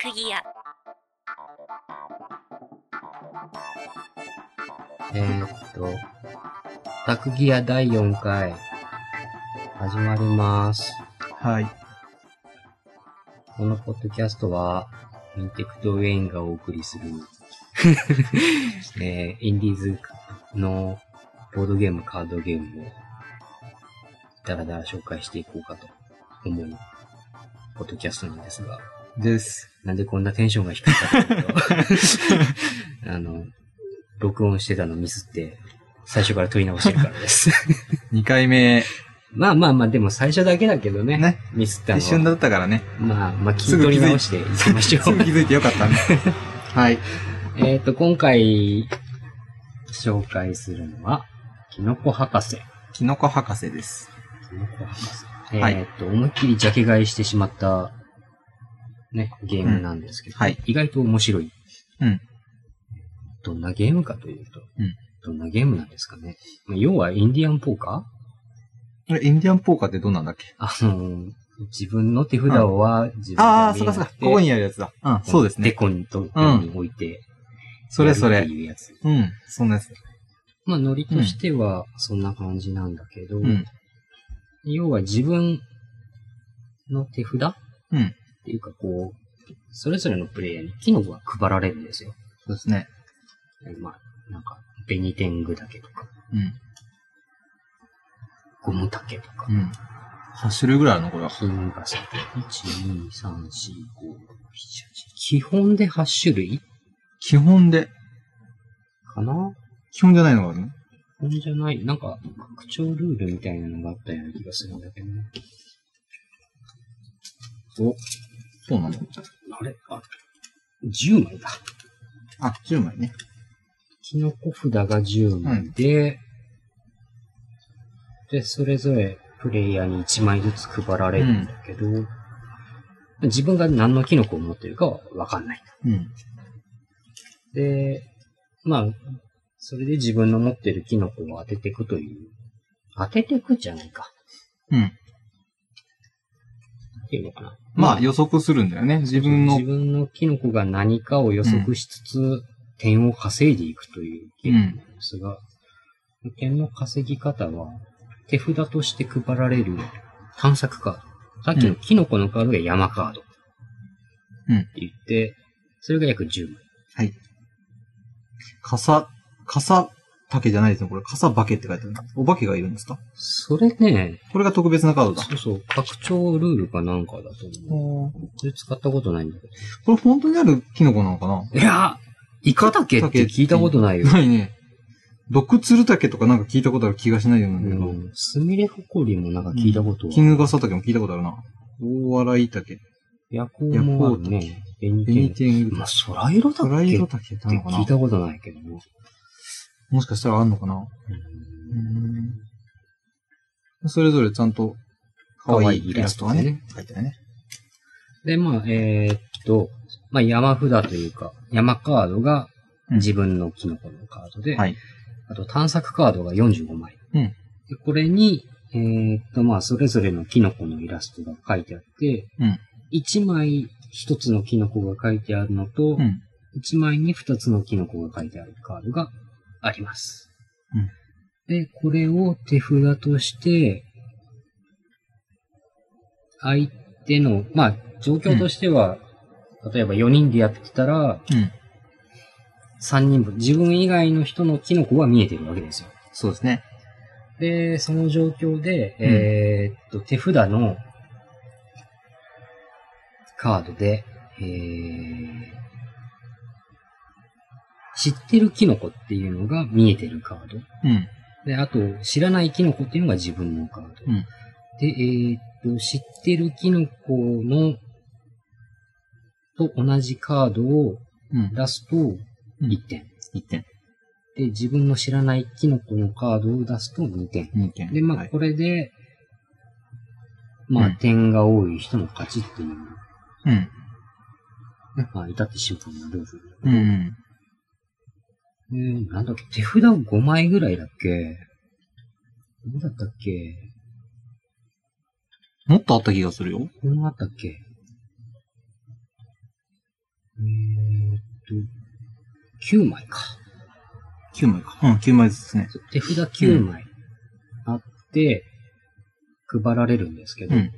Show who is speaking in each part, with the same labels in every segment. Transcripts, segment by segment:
Speaker 1: 釘屋
Speaker 2: えー、っと、タクギア第4回、始まります。
Speaker 3: はい。
Speaker 2: このポッドキャストは、インテクトウェインがお送り する、えー、インディーズのボードゲーム、カードゲームを、だらだら紹介していこうかと思う、ポッドキャストなんですが、
Speaker 3: です。
Speaker 2: なんでこんなテンションが低いかというと、 あの、録音してたのミスって、最初から撮り直してるからです。
Speaker 3: 2回目、
Speaker 2: まあまあまあ、でも最初だけだけどね。
Speaker 3: ね。
Speaker 2: ミスったのは。
Speaker 3: 一瞬だったからね。
Speaker 2: まあ、まあ、気取り直していきまし
Speaker 3: す
Speaker 2: ょう
Speaker 3: ぐ。気づいてよか ったね。はい。
Speaker 2: えっと、今回、紹介するのは、キノコ博士。キ
Speaker 3: キノコ博士です。
Speaker 2: ノコ博士。
Speaker 3: はい
Speaker 2: えっと、思いっきりジャケ買いしてしまった、ね、ゲームなんですけど、
Speaker 3: うんはい
Speaker 2: 意外と面白い。
Speaker 3: うん。
Speaker 2: どんなゲームかというと、
Speaker 3: うん
Speaker 2: どんなゲームなんですかね。まあ要は、インディアンポーカー
Speaker 3: これ、インディアンポーカーってどうなんだっけ
Speaker 2: あの、自分の手札は自分
Speaker 3: あ
Speaker 2: が
Speaker 3: あ、
Speaker 2: 見
Speaker 3: そ
Speaker 2: え
Speaker 3: っ
Speaker 2: なく
Speaker 3: かそっか。
Speaker 2: て
Speaker 3: ここにあるやつだ。うん、そうです
Speaker 2: デ
Speaker 3: ね。
Speaker 2: コにとに置いて、
Speaker 3: それそ
Speaker 2: やる
Speaker 3: れ
Speaker 2: っ。ていうやつ。
Speaker 3: うん、そんなやつ。
Speaker 2: まあ、ノリとしては、そんな感じなんだけど、
Speaker 3: うん。
Speaker 2: 要は自分の手札
Speaker 3: うん
Speaker 2: っていうか、こう、それぞれのプレイヤーに機能が配られるんですよ。
Speaker 3: そうですね。
Speaker 2: まあ、なんか、紅天狗だけとか、
Speaker 3: うん。
Speaker 2: ゴムタケとか、
Speaker 3: うん。8種類ぐらいあるのこれは。
Speaker 2: 金がさ、1、2、3、4、5、6、7、8。基本で8種類
Speaker 3: 基本で、
Speaker 2: かな
Speaker 3: 基本じゃないのがあるの
Speaker 2: ほんじゃない、なんか、拡張ルールみたいなのがあったような気がするんだけどね。お、
Speaker 3: そうなの
Speaker 2: あれあ、10枚だ。
Speaker 3: あ、10枚ね。
Speaker 2: キノコ札が10枚で、で、それぞれプレイヤーに1枚ずつ配られるんだけど、自分が何のキノコを持ってるかはわかんない。
Speaker 3: うん。
Speaker 2: で、まあ、それで自分の持ってるキノコを当てていくという、当てていくじゃないか。
Speaker 3: うん。
Speaker 2: っていうのかな。
Speaker 3: まあ、予測するんだよね。自分の
Speaker 2: 自。分のキノコが何かを予測しつつ、点を稼いでいくというゲームなんですが、点の稼ぎ方は、手札として配られる探索カード。さっきのキノコのカードが山カード。
Speaker 3: うん
Speaker 2: って言って、それが約10枚。
Speaker 3: 傘、傘竹じゃないですね。これ、傘化けって書いてある。お化けがいるんですか
Speaker 2: それね、
Speaker 3: これが特別なカードだ。
Speaker 2: そうそう、拡張ルールかなんかだと思う。
Speaker 3: こ
Speaker 2: それ使ったことないんだけ
Speaker 3: れ本当にあるキノコなのかな
Speaker 2: ど。いやーイカタケって聞いたことないよ。
Speaker 3: ないね。毒鶴竹とかなんか聞いたことある気がしないようなんだけど。
Speaker 2: うん。スミレホコリもなんか聞いたことは。
Speaker 3: 絹笠竹も聞いたことあるな。大洗竹。
Speaker 2: 夜行もあるね。紅
Speaker 3: 紅
Speaker 2: 天
Speaker 3: 天
Speaker 2: まあ
Speaker 3: 狗。、
Speaker 2: 空色だっ
Speaker 3: 空
Speaker 2: けっ
Speaker 3: 色
Speaker 2: て
Speaker 3: 竹ってあるのか
Speaker 2: 聞
Speaker 3: ない
Speaker 2: たことないけどね。
Speaker 3: もしかしたらあるのかなそれぞれちゃんと、可
Speaker 2: 可
Speaker 3: 愛
Speaker 2: 愛い
Speaker 3: い
Speaker 2: イ
Speaker 3: イ
Speaker 2: ラ
Speaker 3: ラ
Speaker 2: ス
Speaker 3: ス
Speaker 2: ト
Speaker 3: ト
Speaker 2: が
Speaker 3: が
Speaker 2: ね
Speaker 3: ね、書いてあるね。
Speaker 2: で、まあ、えーっと、まあ、山札というか、山カードが自分のキノコのカードで、
Speaker 3: はい。
Speaker 2: あと探索カードが45枚。
Speaker 3: うん
Speaker 2: でこれに、えーっと、まあ、それぞれのキノコのイラストが書いてあって、
Speaker 3: うん
Speaker 2: 1枚1つのキノコが書いてあるのと、
Speaker 3: うん。
Speaker 2: 1枚に2つのキノコが書いてあるカードがあります。
Speaker 3: うん
Speaker 2: で、これを手札として、相手の、まあ、状況としては、例えば4人でやってたら、
Speaker 3: うん。
Speaker 2: 3人分、自分以外の人のキノコは見えてるわけですよ。
Speaker 3: そうですね。
Speaker 2: で、その状況で、えーっと、手札のカードで、えー知ってるキノコっていうのが見えてるカード。
Speaker 3: うん。
Speaker 2: で、あと、知らないキノコっていうのが自分のカード。
Speaker 3: うん
Speaker 2: で、えーっと、知ってるキノコの、と同じカードを
Speaker 3: うん。
Speaker 2: 出すと
Speaker 3: ん
Speaker 2: 1点。
Speaker 3: 1点。
Speaker 2: で、自分の知らないキノコのカードを出すと2点。
Speaker 3: 2点。
Speaker 2: で、ま
Speaker 3: は
Speaker 2: あ、
Speaker 3: い
Speaker 2: これで、まあ、
Speaker 3: うん
Speaker 2: 点が多い人の勝ちっていう、
Speaker 3: うん。
Speaker 2: まあ、至ってシンプルなルール。
Speaker 3: うんうん。
Speaker 2: えーなんだっけ、手札5枚ぐらいだっけどうだったっけ
Speaker 3: もっとあった気がするよ。
Speaker 2: こんなあったっけえーっと、9枚か。
Speaker 3: 9枚か。うん、9枚ずつですね。
Speaker 2: 手札9枚あって、配られるんですけど、
Speaker 3: うん。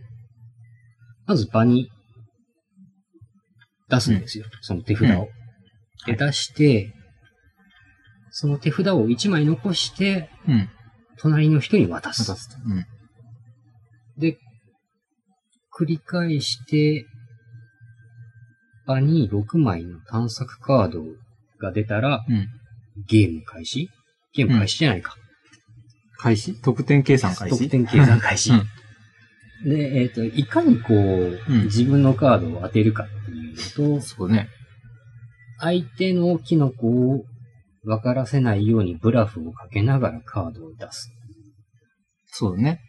Speaker 2: まず場に出すんですよ。その手札を。
Speaker 3: うん
Speaker 2: で、出して、その手札を1枚残して、
Speaker 3: うん。
Speaker 2: 隣の人に渡
Speaker 3: 渡
Speaker 2: す。
Speaker 3: すと。うん。
Speaker 2: で、繰り返して、場に6枚の探索カードが出たら、
Speaker 3: うん。
Speaker 2: ゲーム開始ゲーム開始じゃないか。
Speaker 3: 開始得点計算開始
Speaker 2: 得点計算開始。
Speaker 3: うん
Speaker 2: で、えっ、と、いかにこう、
Speaker 3: うん
Speaker 2: 自分のカードを当てるかっていうのと、
Speaker 3: そうね。
Speaker 2: 相手のキノコを分からせないようにブラフをかけながらカードを出す。
Speaker 3: そうだね。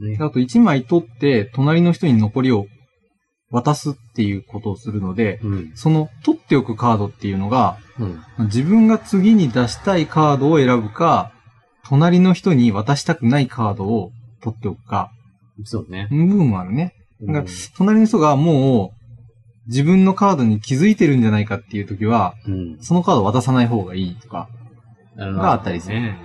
Speaker 2: ね
Speaker 3: で。あと1枚取って、隣の人に残りを渡すっていうことをするので、
Speaker 2: うん。
Speaker 3: その取っておくカードっていうのが、
Speaker 2: うん。
Speaker 3: 自分が次に出したいカードを選ぶか、隣の人に渡したくないカードを取っておくか、
Speaker 2: そうね。
Speaker 3: 部分もあるね。だ
Speaker 2: うん
Speaker 3: から隣の人がもう、自分のカードに気づいてるんじゃないかっていう時は、
Speaker 2: うん。
Speaker 3: そのカードを渡さない方がいいとか、があったりする
Speaker 2: ね。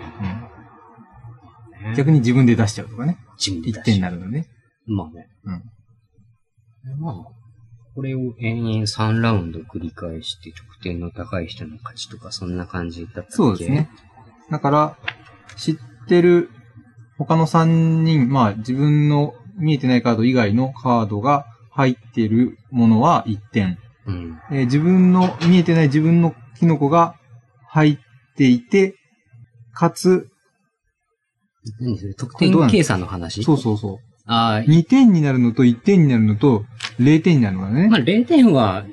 Speaker 3: うん
Speaker 2: ね
Speaker 3: 逆に自分で出しちゃうとかね。
Speaker 2: 自分で
Speaker 3: 一
Speaker 2: 出
Speaker 3: 点に
Speaker 2: し
Speaker 3: なるのね。
Speaker 2: まあね。うん。まあ、これを延々3ラウンド繰り返して、得点の高い人の勝ちとか、そんな感じだったっけ
Speaker 3: そうですね。。だから、知ってる他の3人、まあ自分の見えてないカード以外のカードが入ってるものは1点。
Speaker 2: うん。
Speaker 3: えー自分の見えてない自分のキノコが入っていて、かつ、
Speaker 2: 何それ得
Speaker 3: これどう
Speaker 2: 点
Speaker 3: なの
Speaker 2: 計算の話
Speaker 3: そうそうそ
Speaker 2: あ
Speaker 3: う。2点になるのと1点になるのと0点になるのが
Speaker 2: あ、
Speaker 3: ね。
Speaker 2: まあ0点は、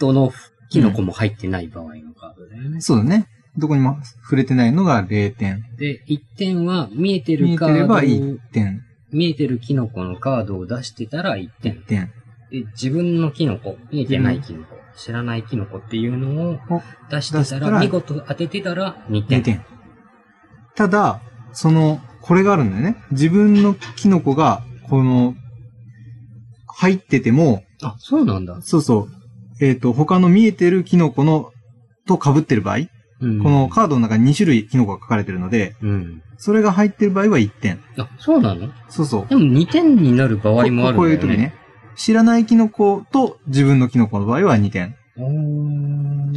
Speaker 2: どのキノコも入ってない場合のカードだよね。
Speaker 3: そうだね。どこにも触れてないのが0点。
Speaker 2: で、1点は見えて
Speaker 3: 見
Speaker 2: る
Speaker 3: え
Speaker 2: カ
Speaker 3: て
Speaker 2: ー
Speaker 3: れ
Speaker 2: ドを
Speaker 3: ば1点、
Speaker 2: 見えてるキノコのカードを出してたら1点。
Speaker 3: 点。
Speaker 2: で、自分のキノコ、見えてないキノコ、知らないキノコっていうのを
Speaker 3: お
Speaker 2: 出し
Speaker 3: 出
Speaker 2: て
Speaker 3: したた
Speaker 2: ら、
Speaker 3: ら
Speaker 2: 見事当ててたら2点。
Speaker 3: 0点。ただ、その、これがあるんだよね。自分のキノコが、この、入ってても、
Speaker 2: あ、そうなんだ。
Speaker 3: そうそう、えっ、と、他の見えてるキノコの、と被ってる場合、
Speaker 2: うん
Speaker 3: このカードの中に2種類キノコが書かれてるので、
Speaker 2: うん。
Speaker 3: それが入ってる場合は1点。
Speaker 2: あ、そうなの
Speaker 3: そうそう。
Speaker 2: でも2点になる場合もあるんだよね。
Speaker 3: ここういう時ね。知らないキノコと自分のキノコの場合は2点。
Speaker 2: うーん。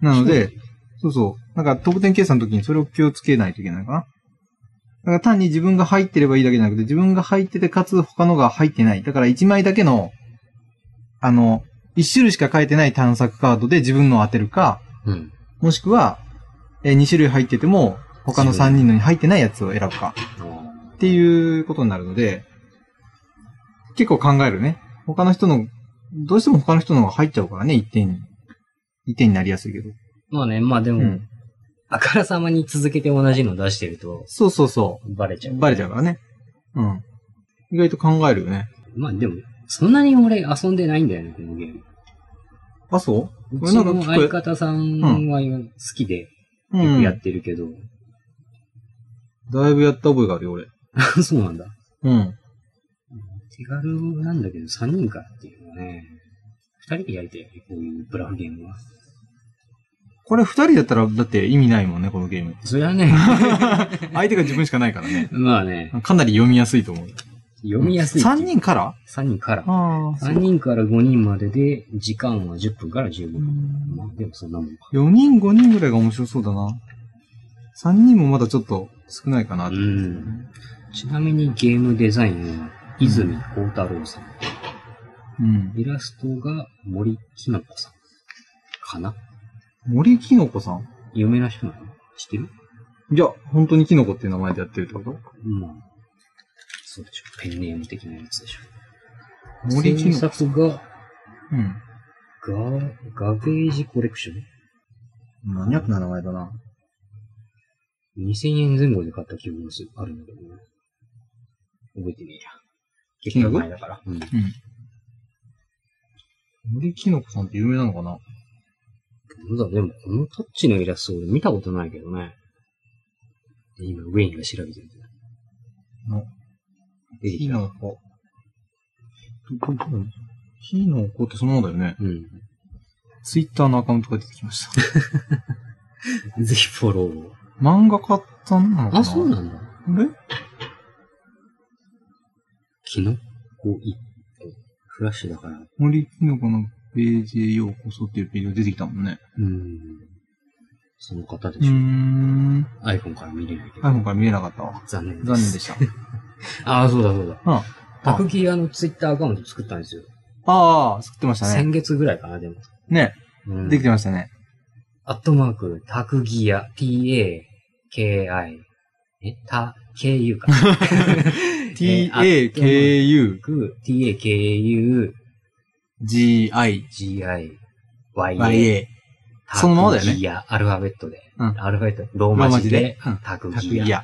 Speaker 3: なので、そうそう。なんか得点計算の時にそれを気をつけないといけないかな。だから単に自分が入ってればいいだけじゃなくて、自分が入ってて、かつ他のが入ってない。だから1枚だけの、あの、1種類しか書いてない探索カードで自分のを当てるか、
Speaker 2: うん。
Speaker 3: もしくは、え2種類入ってても、他の3人のに入ってないやつを選ぶか。
Speaker 2: あ
Speaker 3: っていうことになるので、結構考えるね。他の人の、どうしても他の人の方が入っちゃうからね、一点に。一点になりやすいけど。
Speaker 2: まあね、まあで
Speaker 3: う
Speaker 2: も、
Speaker 3: ん。
Speaker 2: あからさまに続けて同じの出してると、
Speaker 3: そうそうそ
Speaker 2: バレちゃ
Speaker 3: う。
Speaker 2: う。
Speaker 3: バレちゃうからね。うん。意外と考えるよね。
Speaker 2: まあでも、そんなに俺遊んでないんだよね、このゲーム。
Speaker 3: あ、そうれ
Speaker 2: ち
Speaker 3: なんか
Speaker 2: の相方さんは好きで
Speaker 3: う
Speaker 2: よ
Speaker 3: う
Speaker 2: くやっ
Speaker 3: ん。
Speaker 2: てるけど、
Speaker 3: だいぶやった覚えがあるよ、俺。
Speaker 2: そうなんだ。
Speaker 3: うん。
Speaker 2: 手軽なんだけど、3人からっていうのはね、2人でやりたいよね、こういうブラフゲームは。。
Speaker 3: これ二人だったら、だって意味ないもんね、このゲーム
Speaker 2: そりゃ ね、
Speaker 3: 相手が自分しかないからね。
Speaker 2: まあね、
Speaker 3: かなり読みやすいと思う。
Speaker 2: 読みやすい。
Speaker 3: 三人から
Speaker 2: 三人から。
Speaker 3: ああ。
Speaker 2: 3人から5人までで、時間は10分から15
Speaker 3: う
Speaker 2: 分。
Speaker 3: ん
Speaker 2: まあ、でもそんなもんか。
Speaker 3: 4人、5人ぐらいが面白そうだな。3人もまだちょっと少ないかなって。
Speaker 2: うんちなみにゲームデザインは、泉孝太郎さん。
Speaker 3: うん。
Speaker 2: イラストが森きなこさん。かな
Speaker 3: 森きのこさん
Speaker 2: 有名な人なの知ってる
Speaker 3: いや、本当にきのこっていう名前でやってるってこと
Speaker 2: まあ、そうでしょ。ペンネーム的なやつでしょ。
Speaker 3: 森き
Speaker 2: 制
Speaker 3: のこ。
Speaker 2: 作が、
Speaker 3: うん。
Speaker 2: ガ、ガベージコレクション
Speaker 3: マニアックな名前だな。
Speaker 2: ?2000 円前後で買った記憶がするあるんだけどね。覚えてねえや。結
Speaker 3: 金
Speaker 2: 構
Speaker 3: 額
Speaker 2: 前だから。うん。
Speaker 3: 森きのこさんって有名なのかな
Speaker 2: なんだ、でもこのタッチのイラスト俺見たことないけどね。で今、ウェインが調べてるけど。
Speaker 3: の
Speaker 2: 出て
Speaker 3: き
Speaker 2: きた。
Speaker 3: のこ。きのこってそのものだよね。
Speaker 2: うん。
Speaker 3: ツイッターのアカウントが出てきました。
Speaker 2: ぜひフォローを。
Speaker 3: 漫画買ったんなのかな
Speaker 2: あ、そう
Speaker 3: あ
Speaker 2: なんだ。
Speaker 3: れ
Speaker 2: キノコ一歩。フラッシュだから。
Speaker 3: 森きのこのページへようこそっていうページが出てきたもんね。
Speaker 2: うん。その方で
Speaker 3: うー
Speaker 2: しょ。
Speaker 3: ん。
Speaker 2: iPhone から見れないけど。
Speaker 3: iPhone から見えなかったわ。
Speaker 2: 残念です。
Speaker 3: 残念で した。
Speaker 2: ああ、そうだそうだ。
Speaker 3: うん。
Speaker 2: タクギーあのツイッターアカウント作ったんですよ。
Speaker 3: ああ、作ってましたね。
Speaker 2: 先月ぐらいかな、でも。
Speaker 3: ね。
Speaker 2: うん
Speaker 3: できてましたね。
Speaker 2: アットマーク、タクギア、t-a-k-i。え、た、ku か。えーあ
Speaker 3: t-a-k-u-g-i-y-o
Speaker 2: く t-a-k-u-g-i-y-a。
Speaker 3: そのままだよね
Speaker 2: タクギア、アルファベットで。
Speaker 3: うん
Speaker 2: アルファベット、ロー
Speaker 3: ロー
Speaker 2: マ
Speaker 3: マ
Speaker 2: 字
Speaker 3: 字
Speaker 2: で
Speaker 3: で、、うん
Speaker 2: タク
Speaker 3: タク
Speaker 2: ギア
Speaker 3: ギ。ア。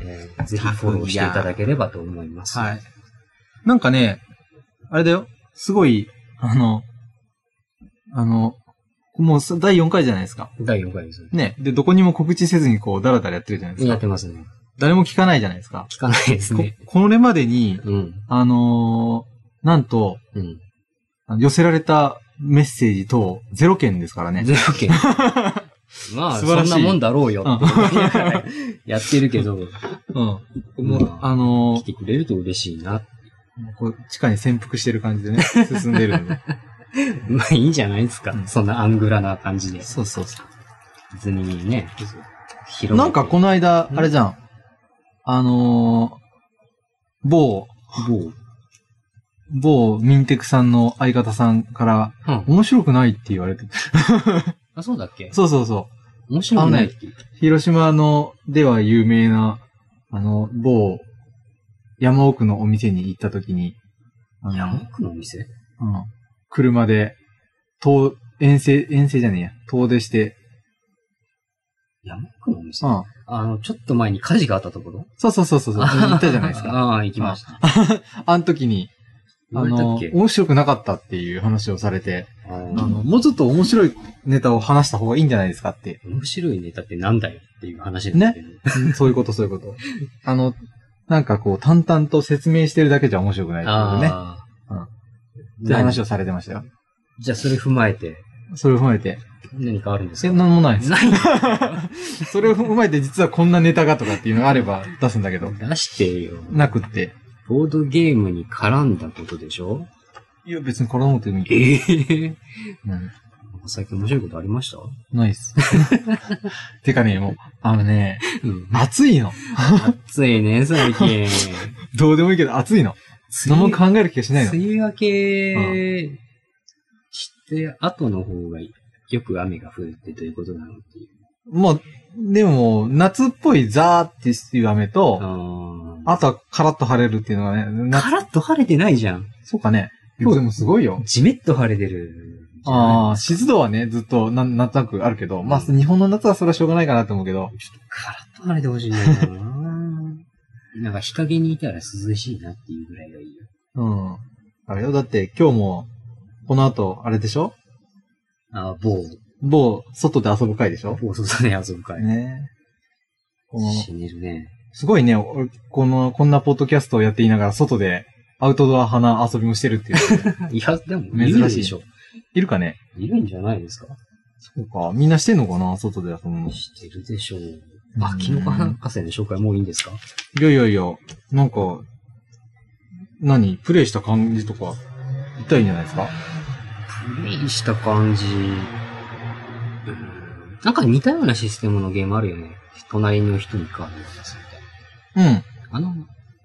Speaker 2: えーぜひフォローしていただければと思います。
Speaker 3: はい。なんかね、あれだよ。すごい、あの、あの、もうさ第4回じゃないですか。
Speaker 2: 第4回ですね。
Speaker 3: ね。で、どこにも告知せずにこう、だらだらやってるじゃないです
Speaker 2: や
Speaker 3: か
Speaker 2: っ。てますね。
Speaker 3: 誰も聞かないじゃないですか。
Speaker 2: 聞かないです
Speaker 3: こ
Speaker 2: ね。
Speaker 3: これまでに、
Speaker 2: うん。
Speaker 3: あのーなんと、
Speaker 2: うん。
Speaker 3: あの寄せられたメッセージ等、ゼロ件ですからね。
Speaker 2: ゼロ 件。まあ、
Speaker 3: 素晴
Speaker 2: そ
Speaker 3: ら
Speaker 2: ん
Speaker 3: しい
Speaker 2: なもんだろうよ
Speaker 3: うん
Speaker 2: って思いながらやってるけ ど、
Speaker 3: うん。
Speaker 2: もう
Speaker 3: あの
Speaker 2: 来てくれると嬉しいな。
Speaker 3: ーこう地下に潜伏してる感 じでね、進んでるんで。
Speaker 2: まあいいんじゃないですか。
Speaker 3: うん
Speaker 2: そんなアングラな感じで。
Speaker 3: そうそうそ
Speaker 2: 別にね、広
Speaker 3: う。なんかこ
Speaker 2: の、
Speaker 3: の間、
Speaker 2: うん
Speaker 3: あれじゃん。あのー某、
Speaker 2: 某うん
Speaker 3: 某ミンテクさんの相方さんから、面白くないって言われてて。
Speaker 2: あ、そうだっけ
Speaker 3: そうそうそう。
Speaker 2: 面白くないって。
Speaker 3: 広島の、では有名な、あの、某、山奥のお店に行った時に、あの
Speaker 2: 山奥のお店
Speaker 3: うん。車で、遠、遠征、遠征じゃねえや、遠出して、
Speaker 2: 山奥のお店
Speaker 3: うん。
Speaker 2: あの、ちょっと前に火事があったところ
Speaker 3: そうそうそうそ うそう、行ったじゃないですか。
Speaker 2: ああ、行きました。
Speaker 3: あの時に、
Speaker 2: 言
Speaker 3: あ
Speaker 2: われた
Speaker 3: の
Speaker 2: っけ、
Speaker 3: 面白くなかったっていう話をされて、
Speaker 2: あの
Speaker 3: あの、もうちょっと面白いネタを話した方がいいんじゃないですかって。
Speaker 2: 面白いネタってなんだよっていう話なんだけど。
Speaker 3: そういうこと、そういうこと。あの、なんかこう、淡々と説明してるだけじゃ面白くないってことね。
Speaker 2: ああ
Speaker 3: う。って話をされてましたよ。
Speaker 2: じゃあそれ踏まえて、
Speaker 3: それを踏まえて。
Speaker 2: 何かあるんです
Speaker 3: え、
Speaker 2: か
Speaker 3: なんもないです。
Speaker 2: ないんだ
Speaker 3: それを踏まえて実はこんなネタがとかっていうのがあれば出すんだけど、
Speaker 2: 出してよ。
Speaker 3: なくって。
Speaker 2: ボードゲームに絡んだことでしょ
Speaker 3: いや、別に絡もうてもいい。
Speaker 2: ええ
Speaker 3: うん
Speaker 2: 最近面白いことありました
Speaker 3: ないっす。 てかね、もう、あのね、
Speaker 2: うん。
Speaker 3: 暑いの。
Speaker 2: 暑いね、最近。
Speaker 3: どうでもいいけど暑いの。何も考える気がしないの。
Speaker 2: 梅雨明けして後の方がよく雨が降ってということなのっていう。
Speaker 3: もう、でも、夏っぽいザーっていう雨と、
Speaker 2: あ
Speaker 3: あとはカラッと晴れるっていうのはね、
Speaker 2: あ。
Speaker 3: 夏
Speaker 2: カラッと晴れてないじゃん。
Speaker 3: そうかね。今日でもすごいよ。
Speaker 2: じめっと晴れてる。
Speaker 3: ああ、湿度はね、ずっとなん、なんとなくあるけど、まあ、
Speaker 2: うん
Speaker 3: 日本の夏はそれはしょうがないかなと思うけど、
Speaker 2: ちょっとカラッと晴れてほしいんだよな。 なんか日陰にいたら涼しいなっていうぐらいがいいよ。
Speaker 3: うん。あれよ、だって今日も、この後、あれでしょ
Speaker 2: ああ、某、
Speaker 3: 某、外で遊ぶ会でしょ
Speaker 2: 某外で遊ぶ会。
Speaker 3: ねこの
Speaker 2: 死ねるね。
Speaker 3: すごいね、俺この、こんなポッドキャストをやっていながら、外で、アウトドア派な遊びもしてるって いう。
Speaker 2: いや、でも、
Speaker 3: 珍しい
Speaker 2: いるでしょ。
Speaker 3: いるかね
Speaker 2: いるんじゃないですか
Speaker 3: そうか。みんなしてんのかな外で遊ぶの。
Speaker 2: してるでしょう。あ、キノコ博士の紹介もういいんですか
Speaker 3: いやいやいや、なんか、何プレイした感じとか、言ったらいいんじゃないですか
Speaker 2: プレイした感じ。なんか似たようなシステムのゲームあるよね。隣の人にカードを出すみたい
Speaker 3: うん。
Speaker 2: な。あの、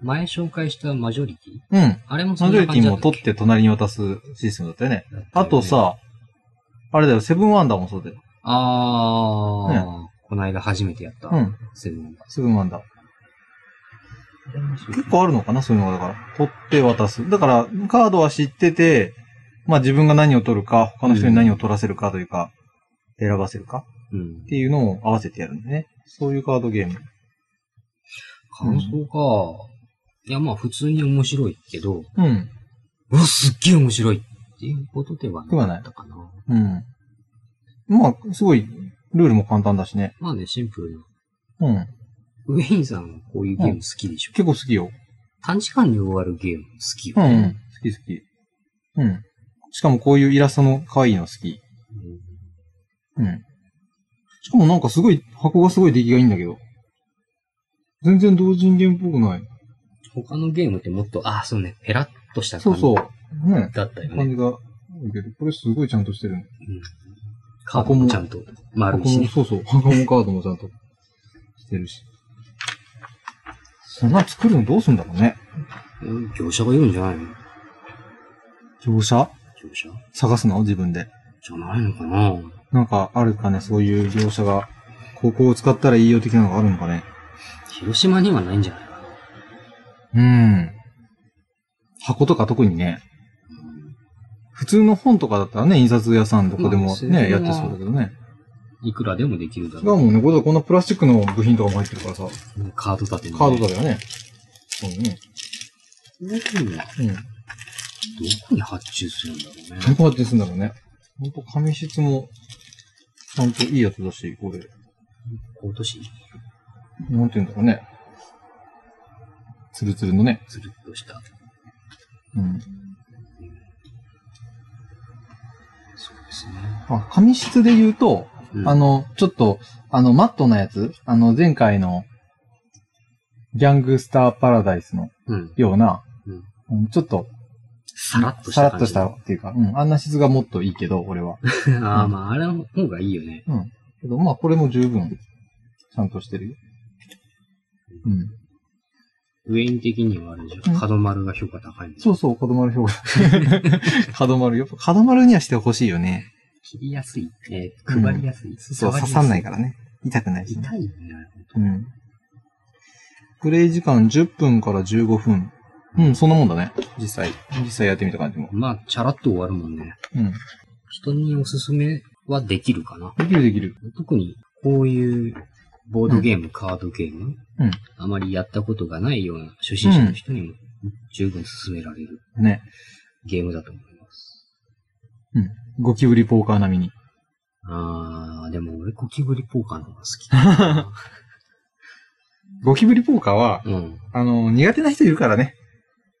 Speaker 2: 前紹介したマジョリティ
Speaker 3: うん。
Speaker 2: あれもそ
Speaker 3: マ
Speaker 2: ん
Speaker 3: ジ
Speaker 2: な
Speaker 3: ョリテ
Speaker 2: 感じ
Speaker 3: ィ
Speaker 2: だ
Speaker 3: も
Speaker 2: ったっ
Speaker 3: 取っ
Speaker 2: け
Speaker 3: て隣に渡すシステムだったよね。
Speaker 2: だ
Speaker 3: あと、
Speaker 2: ったよね
Speaker 3: さ、あれだよ、セブンワンダーもそうだよ。
Speaker 2: あー、この間初めてやった。
Speaker 3: うん。
Speaker 2: セブンが。
Speaker 3: セブンワンダー。結構あるのかなそういうのが、だから。取って渡す。だから、カードは知ってて、まあ自分が何を取るか、他の人に何を取らせるかというか、選ばせるか
Speaker 2: うん
Speaker 3: っ。ていうのを合わせてやるんでね。そういうカードゲーム。
Speaker 2: 感想か。いや、まあ普通に面白いけど、
Speaker 3: うん。
Speaker 2: うわ、すっげえ面白いっていうことではなかったかな。
Speaker 3: うん。まあ、すごい、ルールも簡単だしね。
Speaker 2: まあね、シンプルな。
Speaker 3: うん。
Speaker 2: ウェインさんはこういうゲーム好きでしょ、
Speaker 3: 結構好きよ。
Speaker 2: 短時間に終わるゲーム好きよ
Speaker 3: うん、う
Speaker 2: ね
Speaker 3: ん。好き好き。うん。しかもこういうイラストの可愛いの好き。
Speaker 2: うん
Speaker 3: うん。しかもなんかすごい、箱がすごい出来がいいんだけど。全然同人ゲームっぽくない。
Speaker 2: 他のゲームってもっと、ああ、そうね、ペラッとした
Speaker 3: そ
Speaker 2: 感
Speaker 3: う
Speaker 2: じ
Speaker 3: そう。ね
Speaker 2: だったよ
Speaker 3: 感
Speaker 2: ね。
Speaker 3: じが多いけど、これすごいちゃんとしてるね。
Speaker 2: カードもちゃんと
Speaker 3: あ
Speaker 2: 丸いしね。
Speaker 3: そうそう。箱もカードもちゃんとしてるし。そんな作るのどうすんだろうね。
Speaker 2: うん業者がいるんじゃないの
Speaker 3: 業者
Speaker 2: 業者
Speaker 3: 探すの自分で。
Speaker 2: じゃないのかな
Speaker 3: なんかあるかね、そういう業者が、ここを使ったらいいよ的なのがあるのかね。
Speaker 2: 広島にはないんじゃないかな。
Speaker 3: うん。箱とか特にね。
Speaker 2: うん
Speaker 3: 普通の本とかだったらね、印刷屋さんとかで
Speaker 2: ま
Speaker 3: も
Speaker 2: あそういうのは
Speaker 3: ね、やってそうだけどね。
Speaker 2: いくらでもできるだ
Speaker 3: 違うも
Speaker 2: ろ
Speaker 3: んね、これはこんなプラスチックの部品とかも入ってるからさ、
Speaker 2: う。カード立てのね
Speaker 3: カードだよね。そうね。
Speaker 2: こういうのは
Speaker 3: うん。
Speaker 2: どこに発注するんだろうね
Speaker 3: ど。うやってするんだろうね。ほんと紙質も、ちゃんといいやつだし、これ。
Speaker 2: 今年、
Speaker 3: なんていうんだろうね。ツルツルのね。
Speaker 2: つるっとした。
Speaker 3: うん。
Speaker 2: そうですね。
Speaker 3: あ、紙質で言うと、
Speaker 2: うん
Speaker 3: あ、の、ちょっと、あの、マットなやつ、あの、前回の、ギャングスターパラダイスの
Speaker 2: うん。
Speaker 3: ような、
Speaker 2: うん
Speaker 3: うんちょっと、
Speaker 2: さらっとし
Speaker 3: さら
Speaker 2: た感
Speaker 3: っと
Speaker 2: じ。
Speaker 3: したっていうか、うん、あんな質がもっといいけど、俺は。
Speaker 2: ああ、まあ、あれの方がいいよね。
Speaker 3: けど、まあ、これも十分、ちゃんとしてるよ。うん。
Speaker 2: ウェイン的にはあれでし
Speaker 3: うん
Speaker 2: ょ。角丸が評価高いんでしょ
Speaker 3: そうそう、角丸表現。 角丸よ。角丸にはしてほしいよね。
Speaker 2: 切りやすい。え
Speaker 3: うん
Speaker 2: ー、配りやすい。
Speaker 3: そ
Speaker 2: 触
Speaker 3: う、
Speaker 2: りや
Speaker 3: 刺
Speaker 2: す
Speaker 3: さんないからね。痛くないし、ね。
Speaker 2: 痛いよね、あれ本当
Speaker 3: う
Speaker 2: に
Speaker 3: ん。プレイ時間10分から15分。うん、そんなもんだね。実際。実際やってみた感じも。
Speaker 2: まあ、チャラっと終わるもんね。
Speaker 3: うん。
Speaker 2: 人におすすめはできるかな。
Speaker 3: できるできる。
Speaker 2: 特に、こういうボードゲーム、カードゲーム、
Speaker 3: うん
Speaker 2: あまりやったことがないような初心者の人にも十分勧められる
Speaker 3: ね。
Speaker 2: ゲームだと思います。
Speaker 3: ゴキブリポーカー並みに。
Speaker 2: あー、でも俺ゴキブリポーカーの方が好きだ な。
Speaker 3: ゴキブリポーカーは、
Speaker 2: うん。
Speaker 3: あの、苦手な人いるからね。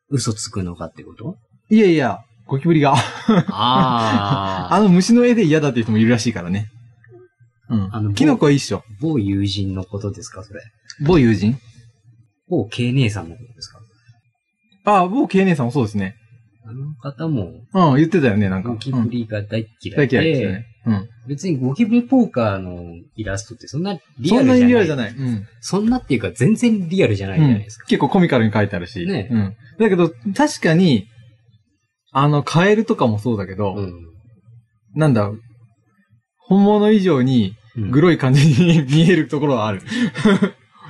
Speaker 2: 嘘つくのかってこと
Speaker 3: いやいや、ゴキブリが。
Speaker 2: あー。
Speaker 3: あの虫の絵で嫌だっていう人もいるらしいからね。うん。
Speaker 2: あの
Speaker 3: キノコは一緒。
Speaker 2: 某友人のことですかそれ。
Speaker 3: 某友人
Speaker 2: 某 K 姉さんのことですか
Speaker 3: ああ、某経年さんもそうですね。
Speaker 2: あの方も、
Speaker 3: うん、言ってたよね、なんか。
Speaker 2: ゴキブ
Speaker 3: リ。
Speaker 2: リが大
Speaker 3: うん、
Speaker 2: 嫌
Speaker 3: 大
Speaker 2: いで、
Speaker 3: 嫌いですね。うん。
Speaker 2: 別にゴキブリポーカーのイラストってそんなリア
Speaker 3: そ
Speaker 2: ルじゃ
Speaker 3: ん
Speaker 2: な。
Speaker 3: ないにリアルじゃない。うん。
Speaker 2: そんなっていうか全然リアルじゃないじゃないですか。
Speaker 3: 結構コミカルに書いてあるし。
Speaker 2: ね
Speaker 3: うん。だけど、確かに、あの、カエルとかもそうだけど、
Speaker 2: うん。
Speaker 3: なんだ、本物以上に、
Speaker 2: うん
Speaker 3: グロい感じに見えるところはある。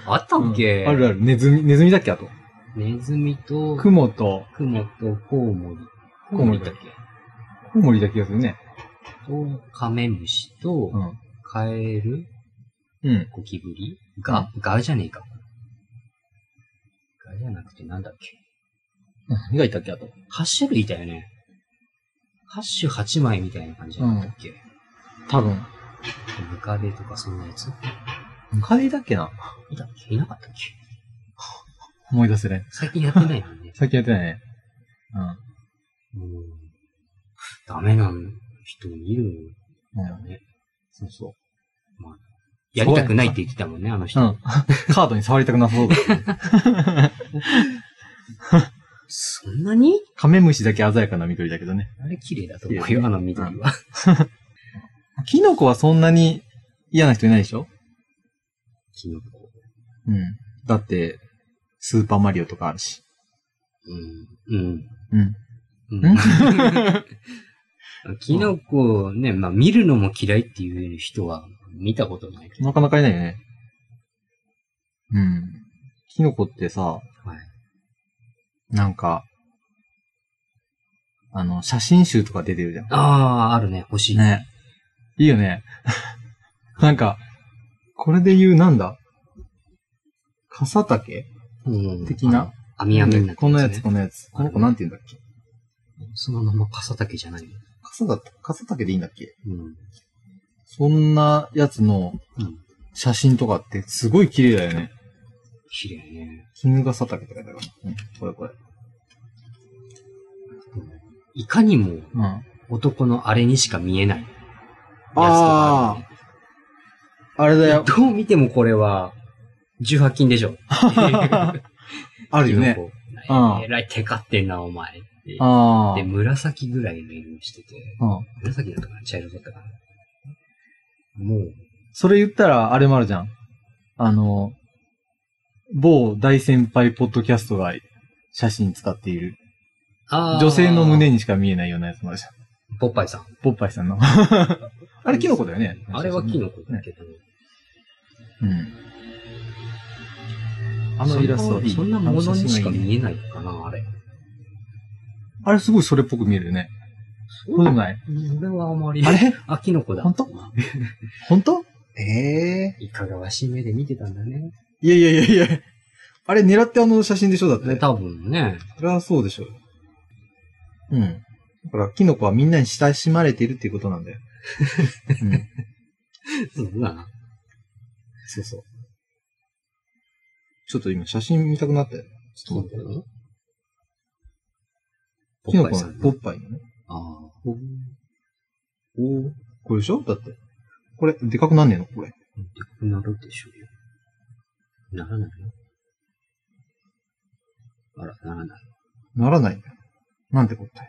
Speaker 2: あったっけ、
Speaker 3: うんあるある。ネズミ、ネズミだっけあと。
Speaker 2: ネズミと、
Speaker 3: クモと、
Speaker 2: クモとコウモリ。
Speaker 3: コウモリ
Speaker 2: だっ
Speaker 3: コウモリだ気がするね。
Speaker 2: けと、カメムシと
Speaker 3: う、ん。
Speaker 2: カエル、
Speaker 3: うん。
Speaker 2: ゴキブリ、ガ、ガじゃねえか。ガじゃなくてなんだっけ
Speaker 3: 何がいたっけあと。
Speaker 2: ?8 種類いたよね。8種8枚みたいな感じなんだっけ、
Speaker 3: 多分。
Speaker 2: ムカデとかそんなやつ
Speaker 3: カエルだっけない
Speaker 2: たっけいなかったっけ
Speaker 3: 思い出せない。
Speaker 2: 最近やってないもんね。
Speaker 3: 最近やってないね。 うん。
Speaker 2: うんダメな人いるんだね。
Speaker 3: そうそ
Speaker 2: やりたくないって言ってたもんね、あの
Speaker 3: う。
Speaker 2: 人。
Speaker 3: うん。 カードに触りたくなさそうだ ったね、
Speaker 2: そんなに
Speaker 3: カメムシだけ鮮やかな緑だけどね。
Speaker 2: あれ綺麗だと思うよ、あの緑は。
Speaker 3: キノコはそんなに嫌な人いないでしょ
Speaker 2: キノコ。
Speaker 3: うん。だって、スーパーマリオとかあるし。
Speaker 2: うん。
Speaker 3: うん。
Speaker 2: うん。うん。キノコね、まあ見るのも嫌いっていう人は見たことないけど。
Speaker 3: なかなかいないよね。うん。キノコってさ、
Speaker 2: はい。
Speaker 3: なんか、あの、写真集とか出てるじゃん。
Speaker 2: ああ、あるね、欲しい。
Speaker 3: ね。いいよね。 なんか、これで言うなんだ笠竹
Speaker 2: うん。
Speaker 3: 的な
Speaker 2: あの。網網になって
Speaker 3: こ
Speaker 2: る
Speaker 3: の
Speaker 2: ね
Speaker 3: やつ、このやつ。この子なんて言うんだっけ
Speaker 2: そのまま傘だけじゃないの。
Speaker 3: 笠だった笠竹でいいんだっけ
Speaker 2: うん。
Speaker 3: そんなやつの
Speaker 2: うん。
Speaker 3: 写真とかってすごい綺麗だよね。
Speaker 2: 綺麗ね。
Speaker 3: 絹笠竹って書いてあるから。うん。これこれ。
Speaker 2: いかにも
Speaker 3: うん。
Speaker 2: 男のあれにしか見えない。とかあるね
Speaker 3: あれだよ。
Speaker 2: どう見てもこれは、18金でしょ。あ
Speaker 3: あるよね。。うん
Speaker 2: えらいテカってんな、お前。って
Speaker 3: あ
Speaker 2: で、紫ぐらいの色をしてて、
Speaker 3: あ。うん。
Speaker 2: 紫だったかな茶色だったかなもう、
Speaker 3: それ言ったら、あれもあるじゃん。あの、某大先輩ポッドキャストが写真使っている。
Speaker 2: あー
Speaker 3: 女性の胸。にしか見えないようなやつもあるじゃん。
Speaker 2: ポッパイさん。
Speaker 3: ポッパイさんの。あれキノコだよね。
Speaker 2: あれはキノコだけど、
Speaker 3: うん。あのイラスト
Speaker 2: そん
Speaker 3: い。
Speaker 2: ないそんなものにしか
Speaker 3: あの写真がいいね
Speaker 2: 見えないかな、あれ。
Speaker 3: あれすごいそれっぽく見えるよね。そうでもない。
Speaker 2: 俺はあまり。
Speaker 3: あれ
Speaker 2: あ、キノコだ。
Speaker 3: 本当本当ええ
Speaker 2: いかがわしい目で見てたんだね。
Speaker 3: いやいやいやいや。あれ狙ってあの写真でしょだって。
Speaker 2: 多分ね。
Speaker 3: それはそうでしょう。うん。だから、キノコはみんなに親しまれているっていうことなんだよ。うん。
Speaker 2: そうだな。
Speaker 3: そうそう。ちょっと今写真見たくなったよ。ちょっと待って。
Speaker 2: ポ
Speaker 3: キ
Speaker 2: ッ
Speaker 3: ノ
Speaker 2: パイ
Speaker 3: コ
Speaker 2: さ
Speaker 3: の
Speaker 2: ん
Speaker 3: ポ
Speaker 2: ね。
Speaker 3: ッパイのね。
Speaker 2: ああ。
Speaker 3: おおこれでしょだって。これ、でかくなんねえのこれ。
Speaker 2: でかくなるでしょうよ。ならないよ。あら、ならない。
Speaker 3: ならないんだよ。なんてこったい。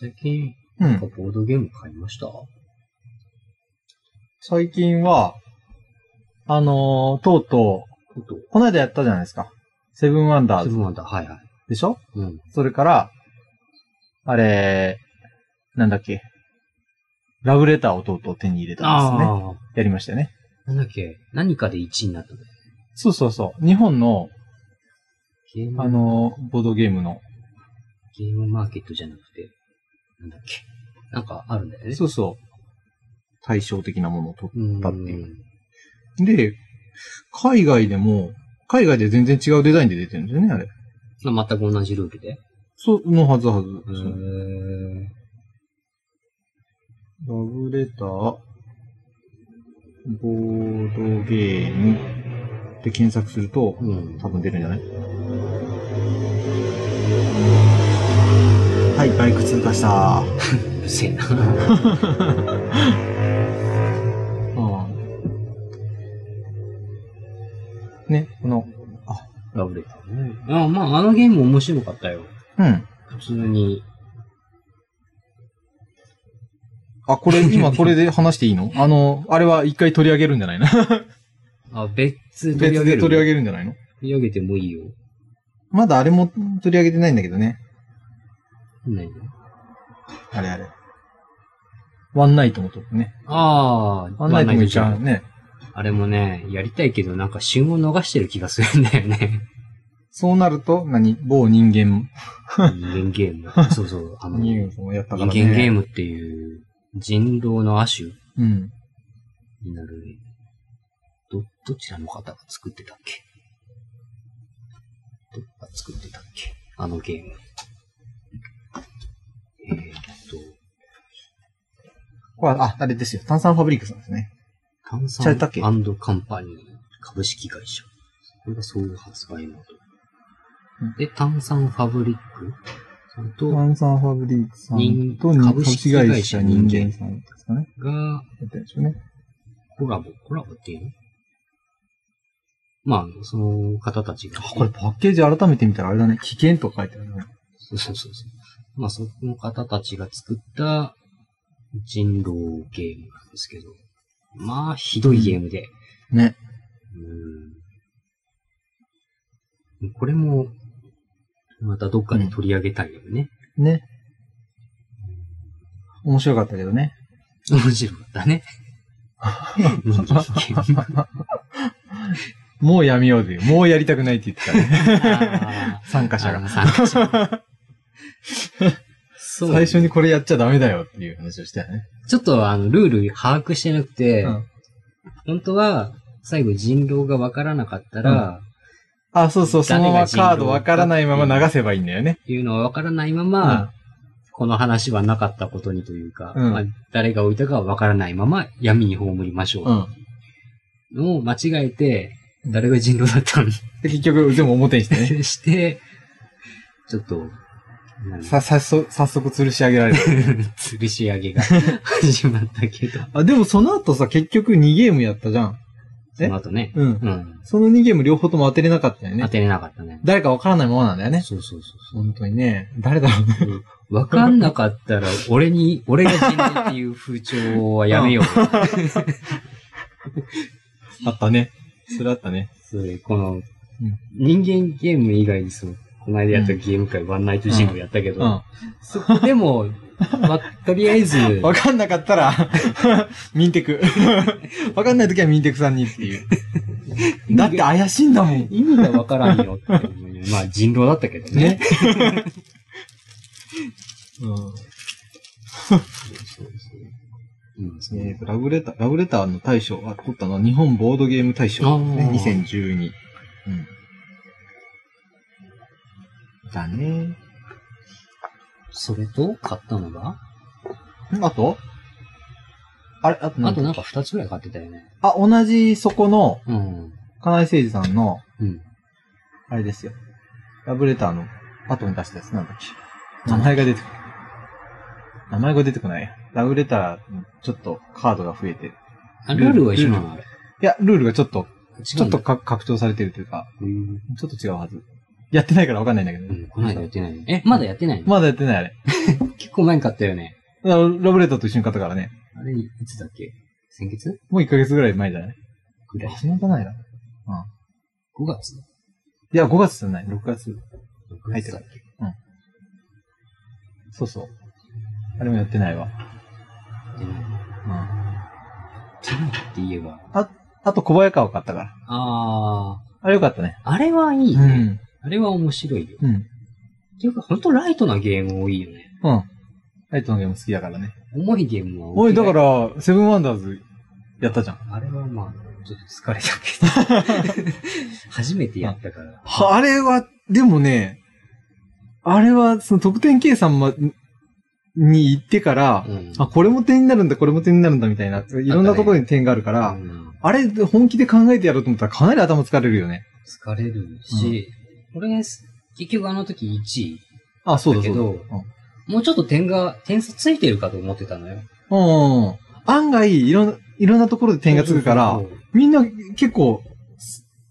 Speaker 2: 最近、
Speaker 3: う
Speaker 2: なんか
Speaker 3: ん。
Speaker 2: ボードゲーム買いました
Speaker 3: 最近は、あのーとうと
Speaker 2: こ
Speaker 3: う、
Speaker 2: と。
Speaker 3: この間やったじゃないですか。セブンワンダー
Speaker 2: セ
Speaker 3: ズ
Speaker 2: ブンワンダー、はいはい。
Speaker 3: でしょ
Speaker 2: うん。
Speaker 3: それから、あれ、なんだっけ。ラブレターをとうとう手に入れたんですね。
Speaker 2: あ
Speaker 3: やりましたよね。
Speaker 2: あ。なんだっけ、何かで1位になったね。
Speaker 3: そうそうそう。日本の、
Speaker 2: ゲーム、
Speaker 3: あの、ボードゲームの。
Speaker 2: ゲームマーケットじゃなくて、なんだっけ。なんかあるんだよね。
Speaker 3: そうそう。対照的なものを取
Speaker 2: うん。
Speaker 3: だっていうで、海外でも、海外で全然違うデザインで出てるんですよね、あれ。
Speaker 2: まあ全く同じルールで。
Speaker 3: そう、のはずはず。
Speaker 2: へー
Speaker 3: ラブレター、ボードゲームで検索すると、
Speaker 2: うん。
Speaker 3: 多分出るんじゃないはい、バイク通過した。
Speaker 2: うるせえな。
Speaker 3: ね、この、
Speaker 2: ラブレターね。あまあ、あのゲーム面白かったよ。
Speaker 3: うん。
Speaker 2: 普通に。
Speaker 3: あ、これ、 今これで話していいのあの、あれは一回取り上げるんじゃないの
Speaker 2: あ、別取り
Speaker 3: 別
Speaker 2: 上げ
Speaker 3: で
Speaker 2: る。
Speaker 3: 取り上
Speaker 2: げ
Speaker 3: げるんじゃないの
Speaker 2: 取り上げてもいいよ。
Speaker 3: まだあれも取り上げてないんだけどね。
Speaker 2: 何
Speaker 3: あれあれ。ワンナイトも撮ってね。
Speaker 2: ああ、
Speaker 3: ワンナイトも一
Speaker 2: まあ
Speaker 3: 応ね。
Speaker 2: あれもね、やりたいけど、なんか旬を逃してる気がするんだよね。
Speaker 3: そうなると、何某人間、
Speaker 2: 人間ゲー ム。そうそう。あの、
Speaker 3: 人
Speaker 2: 人
Speaker 3: 間もやったから
Speaker 2: 間
Speaker 3: ね。
Speaker 2: ゲー
Speaker 3: ム。
Speaker 2: ムっていう人狼の亜種
Speaker 3: うん。
Speaker 2: になる。ど、どちらの方が作ってたっけどっか作ってたっけあのゲーム。えー、っと、
Speaker 3: これは、あ、あれですよ。炭酸ファブリックさんですね。
Speaker 2: 炭
Speaker 3: ちゃったっけ
Speaker 2: 酸カンパニー株式会社。これが総合発売元
Speaker 3: うん。
Speaker 2: で、炭酸ファブリックさんと、
Speaker 3: 炭酸ファブリックさんと
Speaker 2: 人
Speaker 3: 株式会社人
Speaker 2: 株式会社
Speaker 3: 間さんですかね。
Speaker 2: が、
Speaker 3: やってるんでしょうね。
Speaker 2: コラボ、コラボっていうのまあ、その方たちが、
Speaker 3: これパッケージ改めて見たらあれだね。危険と書いてあるね。
Speaker 2: そうそうそうそう。まあ、そこの方たちが作った人狼ゲームなんですけど、まあ、ひどいゲームで。
Speaker 3: ね。
Speaker 2: うん。これも、またどっかで取り上げたいよね。
Speaker 3: ね。面白かったけどね。
Speaker 2: 面白かったね。人間ゲーム
Speaker 3: もうやめようぜ。もうやりたくないって言ってた ね。
Speaker 2: あ
Speaker 3: 参加
Speaker 2: ー
Speaker 3: 者
Speaker 2: あ
Speaker 3: が
Speaker 2: の。参加者そう
Speaker 3: 最初にこれやっちゃダメだよっていう話をしたよね。
Speaker 2: ちょっとあの、ルール把握してなくて、
Speaker 3: うん
Speaker 2: 本当は、最後人狼が分からなかったら、
Speaker 3: あ、そうそう、そのままカードわからないまま流せばいいんだよね。
Speaker 2: いうのは分からないまま、この話はなかったことにというか、
Speaker 3: うん
Speaker 2: まあ、誰が置いたかは分からないまま闇に葬りましょ
Speaker 3: う
Speaker 2: う。
Speaker 3: ん。うん。
Speaker 2: のを間違えて、誰が人狼だったの
Speaker 3: で、結局、全部表にしてね。
Speaker 2: にして、ちょっと、なんか
Speaker 3: さ、さっそ、早速吊るし上げられる。
Speaker 2: 吊るし上 げが始まったけど。
Speaker 3: あ、でもその後さ、結局2ゲームやったじゃん。え
Speaker 2: その後ね。
Speaker 3: うん。
Speaker 2: うん。
Speaker 3: その2ゲーム両方とも当てれなかったよ
Speaker 2: 当
Speaker 3: ね。
Speaker 2: てれなかったね。
Speaker 3: 誰かわからないままなんだよね。
Speaker 2: そうそうそうそう。
Speaker 3: 本当にね。誰だろうね。
Speaker 2: わかんなかったら、俺に、俺が人類っていう風潮はやめよう。
Speaker 3: あったね。それあったね。
Speaker 2: それこの、人間ゲーム以外にその、この間やったゲーム会、ワンナイトジムやったけど、
Speaker 3: うん。
Speaker 2: そこでも、ま、とりあえ ず、
Speaker 3: わかんなかった ら、ミンテ ク。わかんないときはミンテクさんにっていう。だって怪しいんだもん。
Speaker 2: 意味がわからんよっていうまあ人狼だったけどね。
Speaker 3: ね。うん。
Speaker 2: そうそううんそう
Speaker 3: えーと、ラブレター、ラブレターの大賞は取ったのは日本ボードゲーム大賞、ね
Speaker 2: あー。
Speaker 3: 2012。うん。だね。
Speaker 2: それと、買ったのが、
Speaker 3: あとあれ、あと
Speaker 2: あ
Speaker 3: 何
Speaker 2: となんか二つぐらい買ってたよね。
Speaker 3: あ、同じそこの、
Speaker 2: うん。
Speaker 3: 金井誠司さんの、
Speaker 2: うん。
Speaker 3: あれですよ。ラブレターの後に出したやつなんだっけ。名前が出てこない。名前が出てこない。ラブレター、ちょっとカードが増えて。い
Speaker 2: あルールは一緒なのあれ。
Speaker 3: や、ルールがちょっと、
Speaker 2: ち
Speaker 3: ちょっと、か拡張されてるというか、
Speaker 2: うん。
Speaker 3: ちょっと違うはず。やってないからわかんないんだけど
Speaker 2: う
Speaker 3: ね
Speaker 2: ん。この間やってないよね。え、まだやってないの
Speaker 3: まだやってない、あれ。
Speaker 2: 結構前に買ったよね。
Speaker 3: だからラブレターと一緒に買ったからね。
Speaker 2: あれ、いつだっけ先月
Speaker 3: もう1ヶ月ぐらい前じゃない
Speaker 2: ぐらい
Speaker 3: あ、。そんなことないな。
Speaker 2: 5月
Speaker 3: いや、5月じゃない、6月。
Speaker 2: ?6 月だっけ
Speaker 3: そうそう。あれもやってないわ。
Speaker 2: やってない。
Speaker 3: うん。あ
Speaker 2: ティーって言えば。
Speaker 3: と、小早川を買ったから。
Speaker 2: あー、
Speaker 3: あれよかったね。
Speaker 2: あれはいいうね。
Speaker 3: ん。
Speaker 2: あれは面白いよ。
Speaker 3: うん。
Speaker 2: っていうか、ほんとライトなゲーム多いよね。
Speaker 3: うん。ライトのゲーム好きだからね。
Speaker 2: 重いゲームは
Speaker 3: お
Speaker 2: 多
Speaker 3: い、
Speaker 2: い。
Speaker 3: だから、セブンワンダーズやったじゃん。
Speaker 2: ら。あれはまあ、ちょっと疲れたけ ど。初めてやったから。
Speaker 3: は、あれは、でもね、あれは、その得点計算ま、に行ってから、
Speaker 2: うん。
Speaker 3: あ、これも点になるんだ、これも点になるんだ、みたいな、いろんなところに点があるから、
Speaker 2: うん
Speaker 3: あれ、本気で考えてやろうと思ったらかなり頭疲れるよね。
Speaker 2: 疲れるし、俺ね、結局あの時1位。
Speaker 3: あ、そうだ
Speaker 2: だけ
Speaker 3: そうだ。
Speaker 2: ど、もうちょっと点が、点数ついてるかと思ってたのよ。
Speaker 3: うん。うん。案外、いろんな、いろんなところで点がつくから
Speaker 2: そう、そうそう
Speaker 3: みんな結構、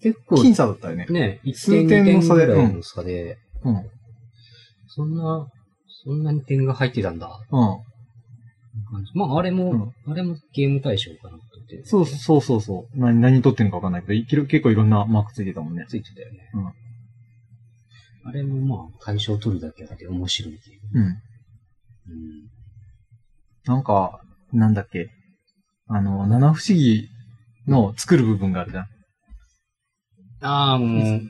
Speaker 2: 結構、
Speaker 3: 僅差だったよね。
Speaker 2: ね、1
Speaker 3: 数
Speaker 2: 点
Speaker 3: 点
Speaker 2: 2
Speaker 3: の
Speaker 2: 点
Speaker 3: 差
Speaker 2: ぐ
Speaker 3: で
Speaker 2: らいの差で、
Speaker 3: うん。う
Speaker 2: そんな、そんなに点が入ってたんだ。
Speaker 3: ん。
Speaker 2: 感じまあ、あれも、あれもゲーム対象かなと思って。
Speaker 3: そうそうそうそう。何、何撮ってるのかわかんないけどいきろ、結構いろんなマークついてたもんね。
Speaker 2: ついてたよね。あれもまあ、対象取るだけあって面白いっていう。
Speaker 3: うん。
Speaker 2: うん。
Speaker 3: なんか、なんだっけ。あの、七不思議の作る部分があるじゃん。
Speaker 2: ああ、もう、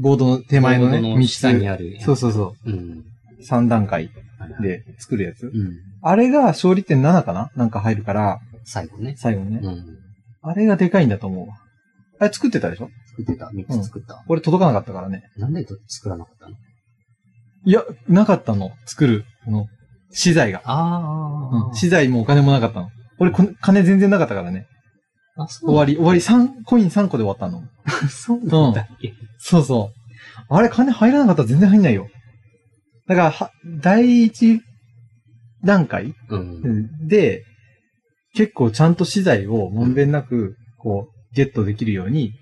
Speaker 3: ボードの手前のね、
Speaker 2: ボード
Speaker 3: 3
Speaker 2: 下に
Speaker 3: つ。
Speaker 2: ある。
Speaker 3: そうそうそ
Speaker 2: うん。
Speaker 3: う。3段階
Speaker 2: はいはい
Speaker 3: で作るやつ。
Speaker 2: うん。
Speaker 3: あれが勝利点7かななんか入るから、
Speaker 2: 最後ね。
Speaker 3: 最後にね。
Speaker 2: うん。
Speaker 3: あれがでかいんだと思うわ。あれ作ってたでしょ
Speaker 2: 作ってた。3つ作った。
Speaker 3: 俺届かなかったからね。
Speaker 2: なんで作らなかったの
Speaker 3: いや、なかったの。作る、あの、資材が。
Speaker 2: あ
Speaker 3: うん資材もお金もなかったの。俺、こ金全然なかったからね。
Speaker 2: あ、そう
Speaker 3: 終わり、終わり3、コイン3個で終わったの。
Speaker 2: り。 そうなんだっけ。
Speaker 3: そうそう。あれ、金入らなかったら全然入んないよ。だから、は第一段階
Speaker 2: うん。
Speaker 3: で、結構ちゃんと資材をもんべんなく、こう、ゲットできるように、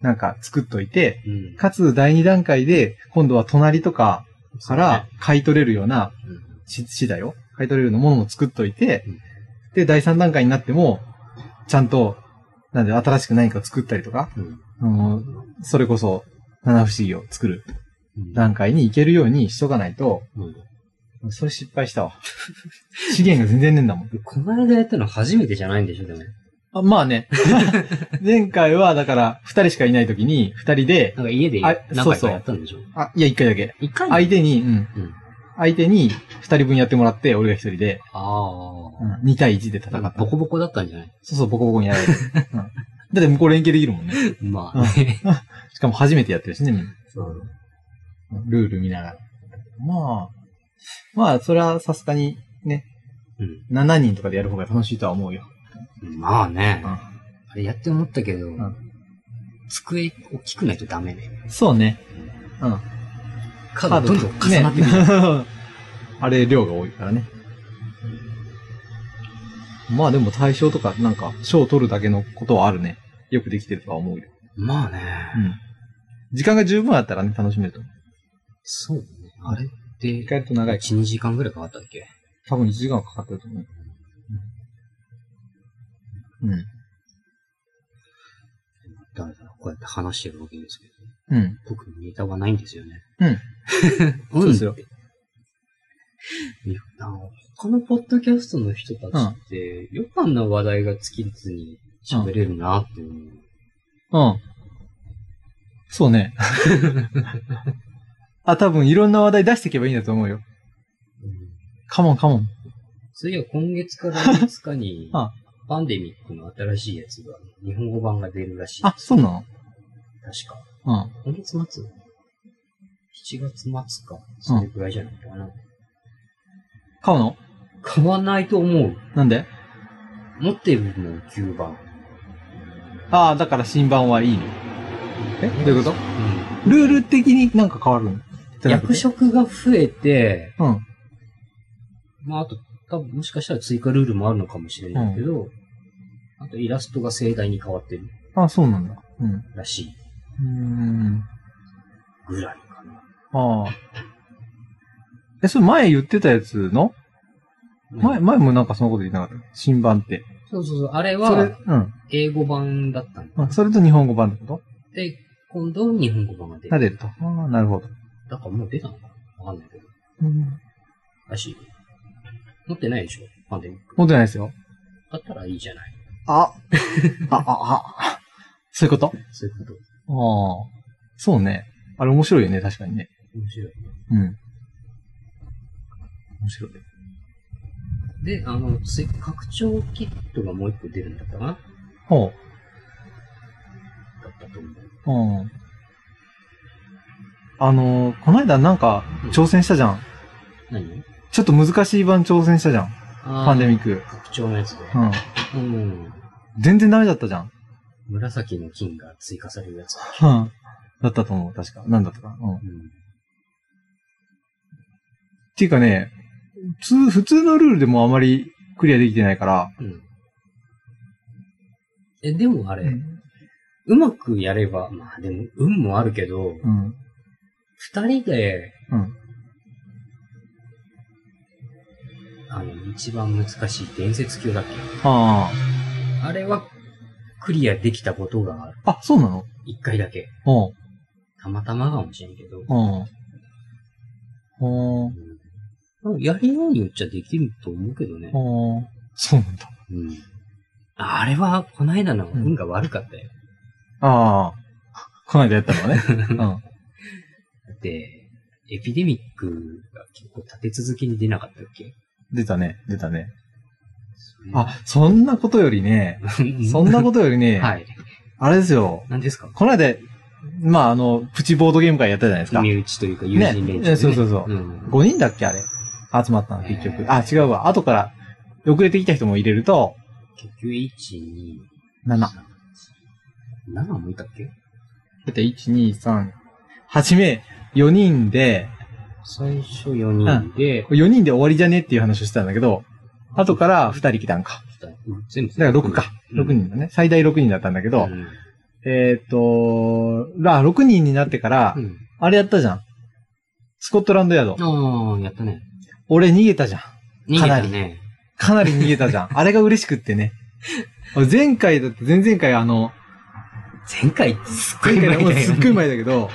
Speaker 3: なんか作っといて、
Speaker 2: うん。
Speaker 3: かつ第二段階で、今度は隣とかか
Speaker 2: そう
Speaker 3: ら
Speaker 2: ね、
Speaker 3: 買い取れるような
Speaker 2: うん
Speaker 3: し資材を、買い取れるようなものも作っといて
Speaker 2: うん、
Speaker 3: で、第三段階になっても、ちゃんと、なんで新しく何か作ったりとか、
Speaker 2: うん。
Speaker 3: あのそれこそ、七不思議を作る
Speaker 2: うん
Speaker 3: 段階に行けるようにしとかないと、
Speaker 2: うん
Speaker 3: それ失敗した わ。資源が全然ねえんだもん。
Speaker 2: この間やったの初めてじゃないんでしょ、でも。
Speaker 3: あまあね。 前回は、だから、二人しかいない時に、二人で、
Speaker 2: なんか家で
Speaker 3: あ
Speaker 2: 何回かやったんでしょ
Speaker 3: あ、いや、一回だけ。
Speaker 2: 一回
Speaker 3: 相手に、うん。
Speaker 2: うん。
Speaker 3: 相手に、二人分やってもらって、俺が一人で、
Speaker 2: ああ。
Speaker 3: うん、2対1で戦
Speaker 2: なん
Speaker 3: っ
Speaker 2: か
Speaker 3: た
Speaker 2: ボ。コボコだったんじゃない
Speaker 3: そうそう、ボコボコにやられて。うん、だって向こう連携できるもんね。
Speaker 2: まあね。
Speaker 3: しかも初めてやってるしね、みんな
Speaker 2: そう。
Speaker 3: ルール見ながら。まあ、まあ、それはさすがにね、
Speaker 2: う
Speaker 3: 7人とかでやる方が楽しいとは思うよ。
Speaker 2: ん。まあね。
Speaker 3: うん
Speaker 2: あれやって思ったけど
Speaker 3: ん、
Speaker 2: 机大きくないとダメね。
Speaker 3: そうね。うん。
Speaker 2: カードどんどん重なってくる。
Speaker 3: ね あれ、量が多いからね。まあでも対象とか、なんか、賞を取るだけのことはあるね。よくできてるとは思うよ。
Speaker 2: まあね。
Speaker 3: ん。時間が十分あったらね、楽しめると思う。
Speaker 2: そうね。あれっ
Speaker 3: 一
Speaker 2: て、
Speaker 3: 回やると長い。
Speaker 2: 1、2時間ぐらいかかったっけ
Speaker 3: 多分1時間はかかってると思う。うん。
Speaker 2: だらだらこうやって話してるわけですけど、
Speaker 3: うん。
Speaker 2: 僕にネタがないんですよね。 うん。
Speaker 3: うん。そうですよ
Speaker 2: っていやあの他のポッドキャストの人たちって、よくあんな話題が尽きずに喋れるなって思う。
Speaker 3: うん。そうね。 あ、多分いろんな話題出していけばいいんだと思うよ。
Speaker 2: うん
Speaker 3: カモンカモン。、
Speaker 2: そういや、今月か来月かに
Speaker 3: あ
Speaker 2: パンデミックの新しいやつが、日本語版が出るらしい。
Speaker 3: あ、そうな
Speaker 2: 確か。
Speaker 3: の
Speaker 2: 今月末 ?7 月末か。それくらいじゃないかな。
Speaker 3: うん。買うの
Speaker 2: 買わないと思う。
Speaker 3: なんで
Speaker 2: 持ってるの旧版。
Speaker 3: ああ、だから新版はいいの。えどういうこ
Speaker 2: う
Speaker 3: とルール的になんか変わるの
Speaker 2: ん。役職が増えて、
Speaker 3: うん。
Speaker 2: まあ、あと、多分もしかしたら追加ルールもあるのかもしれないけど、あとイラストが盛大に変わってる
Speaker 3: あそうなんだ。うん。う
Speaker 2: らしい
Speaker 3: ーん。
Speaker 2: ぐらいかな。
Speaker 3: ああ。え、それ前言ってたやつの前、前もなんかそのこと言ってなかった。新版って。
Speaker 2: そうそうそう。あれ
Speaker 3: それ
Speaker 2: は、、
Speaker 3: うん。
Speaker 2: 英語版だったんだ。
Speaker 3: あそれと日本語版ってこ
Speaker 2: で、今度日本語版が出
Speaker 3: とな
Speaker 2: る。
Speaker 3: れると。ああ、なるほど。
Speaker 2: だからもう出たのかなわかんないけど。
Speaker 3: うん。
Speaker 2: らしいよ。持ってないでしょパンデミック。
Speaker 3: 持ってないですよ。
Speaker 2: だったらいいじゃない。
Speaker 3: あ、 あ、あ、あ、そういうこと
Speaker 2: そういうこと。
Speaker 3: ああ。そうね。あれ面白いよね、確かにね。
Speaker 2: 面白い。
Speaker 3: うん。面白い。
Speaker 2: で、あの、つ拡張キットがもう一個出るんだったかな
Speaker 3: ほ
Speaker 2: だったと思う。
Speaker 3: う。うん。あのーこの間なんか挑戦したじゃん。
Speaker 2: 何
Speaker 3: ちょっと難しい版挑戦したじゃん。パンデ
Speaker 2: ミッ
Speaker 3: ミック。
Speaker 2: ク。拡張のやつで。
Speaker 3: うん。
Speaker 2: うん。
Speaker 3: 全然ダメだったじゃん。
Speaker 2: 紫の金が追加されるやつ。
Speaker 3: うん。だったと思う、確か。なんだったか。う
Speaker 2: う
Speaker 3: ん。っ
Speaker 2: ん。
Speaker 3: ていうかね、普通、普通のルールでもあまりクリアできてないから。
Speaker 2: うん。え、でもあれ、
Speaker 3: う。
Speaker 2: うんまくやれば、まあでも、運もあるけど、
Speaker 3: うん。
Speaker 2: 二、人で、
Speaker 3: うん
Speaker 2: あの、一番難しい伝説級だっけ
Speaker 3: あ
Speaker 2: あれは、クリアできたことがある。
Speaker 3: あ。あ、そうなの
Speaker 2: 一回だけ。
Speaker 3: うん。
Speaker 2: たまたまかもしれんけど。
Speaker 3: うん。うん。
Speaker 2: うんやりようによっちゃできると思うけどね。
Speaker 3: うん。そうなんだ。
Speaker 2: うん。ああれは、こないだの
Speaker 3: うん
Speaker 2: 運が悪かったよ。
Speaker 3: ああ。こないだやったのね。うん。
Speaker 2: だって、エピデミックが結構立て続けに出なかったっけ
Speaker 3: 出たね、出たね。あ、、そんなことよりね、
Speaker 2: それ
Speaker 3: そんなことより ね、
Speaker 2: はい。
Speaker 3: あれですよ、
Speaker 2: 何ですか
Speaker 3: こないだ、まあ、あの、プチボードゲーム会やったじゃないですか。
Speaker 2: 身内というか友人連中で、ね
Speaker 3: ねそうそうそう
Speaker 2: うん
Speaker 3: 5人だっけあれ。集まったの、結
Speaker 2: え
Speaker 3: 局。あ、違
Speaker 2: ー
Speaker 3: うわ。後から、遅れてきた人も入れると、
Speaker 2: 結局、1、2、
Speaker 3: 7。
Speaker 2: 7もいたっけ
Speaker 3: だって、1、2、3、8名、4人で、
Speaker 2: 最初4人で、
Speaker 3: 4人で終わりじゃねっていう話をしてたんだけど、後から2人来たんか。
Speaker 2: うん全部。
Speaker 3: だから6か。6人だね。最大6人だったんだけ
Speaker 2: と
Speaker 3: ど、えーっと、ら、6人になってから
Speaker 2: う、ん。
Speaker 3: あれやったじゃん。スコットランドヤード。
Speaker 2: ああ、やったね。
Speaker 3: 俺逃げたじゃん。
Speaker 2: 逃げ
Speaker 3: かな
Speaker 2: た
Speaker 3: り
Speaker 2: ね。
Speaker 3: かなり逃げた じゃん。あれが嬉しくってね。俺前回だって、前々回あの、
Speaker 2: 前回すっごい
Speaker 3: 前
Speaker 2: 前だ
Speaker 3: 回もうすっごい
Speaker 2: よね。
Speaker 3: 前だけど、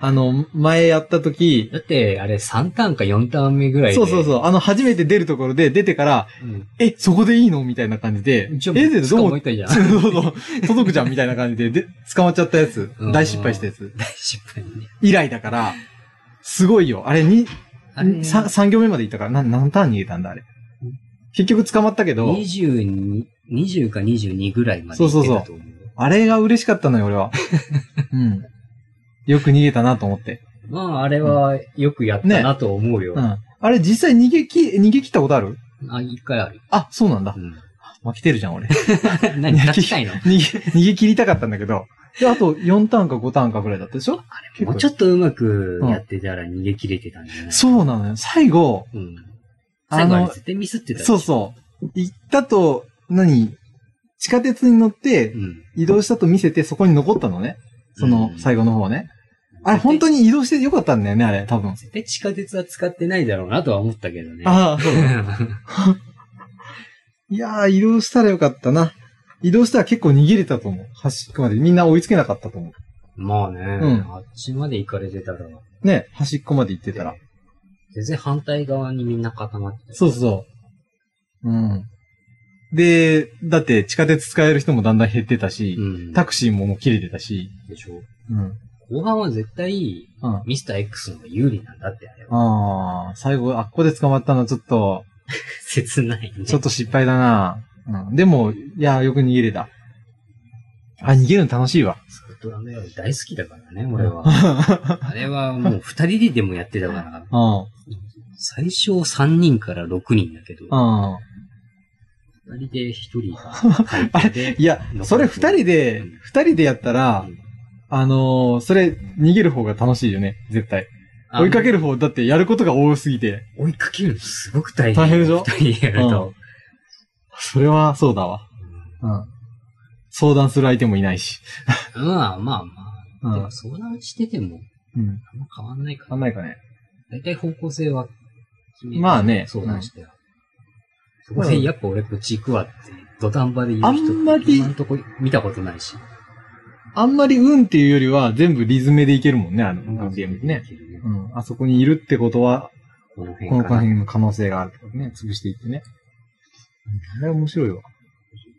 Speaker 3: あの、前やった時、
Speaker 2: だって、あれ3ターンか4ターン目ぐらいで。
Speaker 3: そうそうそう、あの、初めて出るところで、出てから、
Speaker 2: うん。
Speaker 3: え、そこでいいのみたいな感じで、え、
Speaker 2: じゃあ、
Speaker 3: でどう
Speaker 2: も
Speaker 3: も
Speaker 2: う一回じゃん。
Speaker 3: そうそうそう、届くじゃんみたいな感じで、で、捕まっちゃったやつ
Speaker 2: う、ん
Speaker 3: 大失敗したやつ、
Speaker 2: 大失敗ね。
Speaker 3: 以来だから、すごいよ。あれ、に、
Speaker 2: あれ、
Speaker 3: さ3行目まで行ったから、な何ターン逃げたんだ、あれ。結局捕まったけど、
Speaker 2: 22 20か22ぐらいまで行ってたと思う。
Speaker 3: あれが嬉しかったのよ、俺は。うん。よく逃げたなと思って。
Speaker 2: まあ、あれはよくやったなと思うよ。
Speaker 3: うん。あれ、実際逃げき、逃げ切ったことある
Speaker 2: あ、一回ある。
Speaker 3: あ、そうなんだ
Speaker 2: う。ん、
Speaker 3: 負けてるじゃん、俺。
Speaker 2: 何、立ちたいの
Speaker 3: 逃げ、逃げ切りたかったんだけど、で、あと4単か5単かぐらいだったでしょ結
Speaker 2: もうちょっとうまくやってたら逃げ切れてたんじゃない
Speaker 3: そうなのよ。最後、
Speaker 2: う。ん。
Speaker 3: あ
Speaker 2: 最後あれ
Speaker 3: の、
Speaker 2: 絶対ミスってたでし
Speaker 3: そ
Speaker 2: ょ
Speaker 3: うそう。行ったと、何地下鉄に乗って
Speaker 2: う、ん。
Speaker 3: 移動したと見せて、そこに残ったのね。その
Speaker 2: う、ん
Speaker 3: 最後の方ね。あれ、本当に移動してよかったんだよね、あれ、多分。
Speaker 2: 絶対地下鉄は使ってないだろうなとは思ったけどね。
Speaker 3: ああ、そうだ。
Speaker 2: う
Speaker 3: いやー、移動したらよかったな。移動したら結構逃げれたと思う。端っこまで。みんな追いつけなかったと思
Speaker 2: ん まあね、
Speaker 3: ん
Speaker 2: あっちまで行かれてたら、
Speaker 3: う。ね、端っこまで行ってたら。
Speaker 2: 全然反対側にみんな固まってた。
Speaker 3: そうそう。うん。で、だって地下鉄使える人もだんだん減ってたし、
Speaker 2: うん。
Speaker 3: タクシーももう切れてたし。
Speaker 2: でしょ。
Speaker 3: うん。
Speaker 2: 後半は絶対、
Speaker 3: うん。
Speaker 2: ミスター X の方が有利なんだって、あれは。
Speaker 3: ああ、最後、あっこで捕まったのはちょっと、
Speaker 2: 切ないね。
Speaker 3: ちょっと失敗だな。うん。でも、いやー、よく逃げれた。あ、逃げるの楽しいわ。
Speaker 2: スコットランドヤード大好きだからね、俺は。 あれはもう二人ででもやってたから、
Speaker 3: うん。
Speaker 2: 最初三人から六人だけど、
Speaker 3: うん。
Speaker 2: 二人で一人 が入ってて
Speaker 3: いや、それ二人で
Speaker 2: うん、
Speaker 3: 二人でやったら、あのー、それ、逃げる方が楽しいよね、絶対。追いかけ
Speaker 2: る
Speaker 3: る方、だってやることが多すぎて。
Speaker 2: 追いかけるのすごく大変。
Speaker 3: 大変でしょ
Speaker 2: 二人でやると。
Speaker 3: それは、そうだわ。うん。相談する相手もいないし。
Speaker 2: うんまあまあまあ。
Speaker 3: う
Speaker 2: でも
Speaker 3: ん。
Speaker 2: 相談してても、
Speaker 3: うん。
Speaker 2: あんま変わんないか
Speaker 3: 考
Speaker 2: ら。
Speaker 3: えかね。
Speaker 2: 大体方向性は決めて
Speaker 3: まあね
Speaker 2: 相談して。そこで、やっぱ俺こっち行くわって、土壇場で言う人、
Speaker 3: あんまり
Speaker 2: 今んとこ見たことないし。
Speaker 3: あんまり運っていうよりは、全部リズムでいけるもんね、あの、あのゲームってね。。うん。あそこにいるってことは、
Speaker 2: この辺
Speaker 3: この
Speaker 2: かな。
Speaker 3: 辺の可能性があるってことね。潰していってね。うんあれは面白いわ。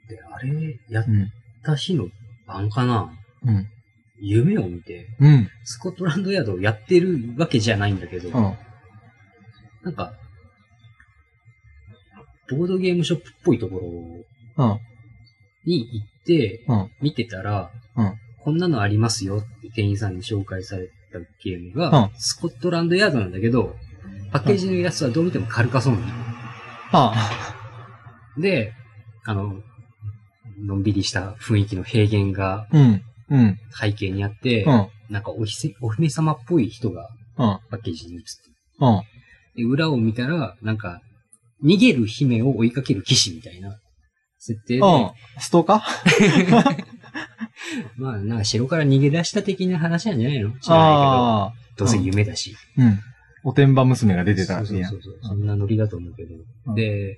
Speaker 2: であれ、やっ
Speaker 3: うん。
Speaker 2: た日の晩かな。
Speaker 3: うん。
Speaker 2: 夢を見て、
Speaker 3: うん。
Speaker 2: スコットランドヤードをやってるわけじゃないんだけど、
Speaker 3: うん。
Speaker 2: なんか、ボードゲームショップっぽいところ
Speaker 3: うん。
Speaker 2: に行って、
Speaker 3: うん
Speaker 2: 見てたら、
Speaker 3: うん
Speaker 2: こんなのありますよって店員さんに紹介されたゲームが、
Speaker 3: うん
Speaker 2: スコットランドヤードなんだけど、パッケージのイラストはどう見てもカルカソンヌ。
Speaker 3: あ
Speaker 2: で、あの、のんびりした雰囲気の平原が
Speaker 3: あ。うん。うん。
Speaker 2: 背景にあって、
Speaker 3: うん。
Speaker 2: なんかおひせお姫様っぽい人が
Speaker 3: うん。
Speaker 2: パッケージに映って
Speaker 3: うん。
Speaker 2: で、裏を見たら、なんか、逃げる姫を追いかける騎士みたいな設定で、
Speaker 3: うん。ストーカー
Speaker 2: まあ、なんか城から逃げ出した的な話なんじゃないの知らない
Speaker 3: ああ
Speaker 2: けど、どうせ夢だし。
Speaker 3: ー。うん。おてんば娘が出てたらしいや
Speaker 2: そうそうそうそう。そんなノリだと思うけど。
Speaker 3: うん
Speaker 2: で、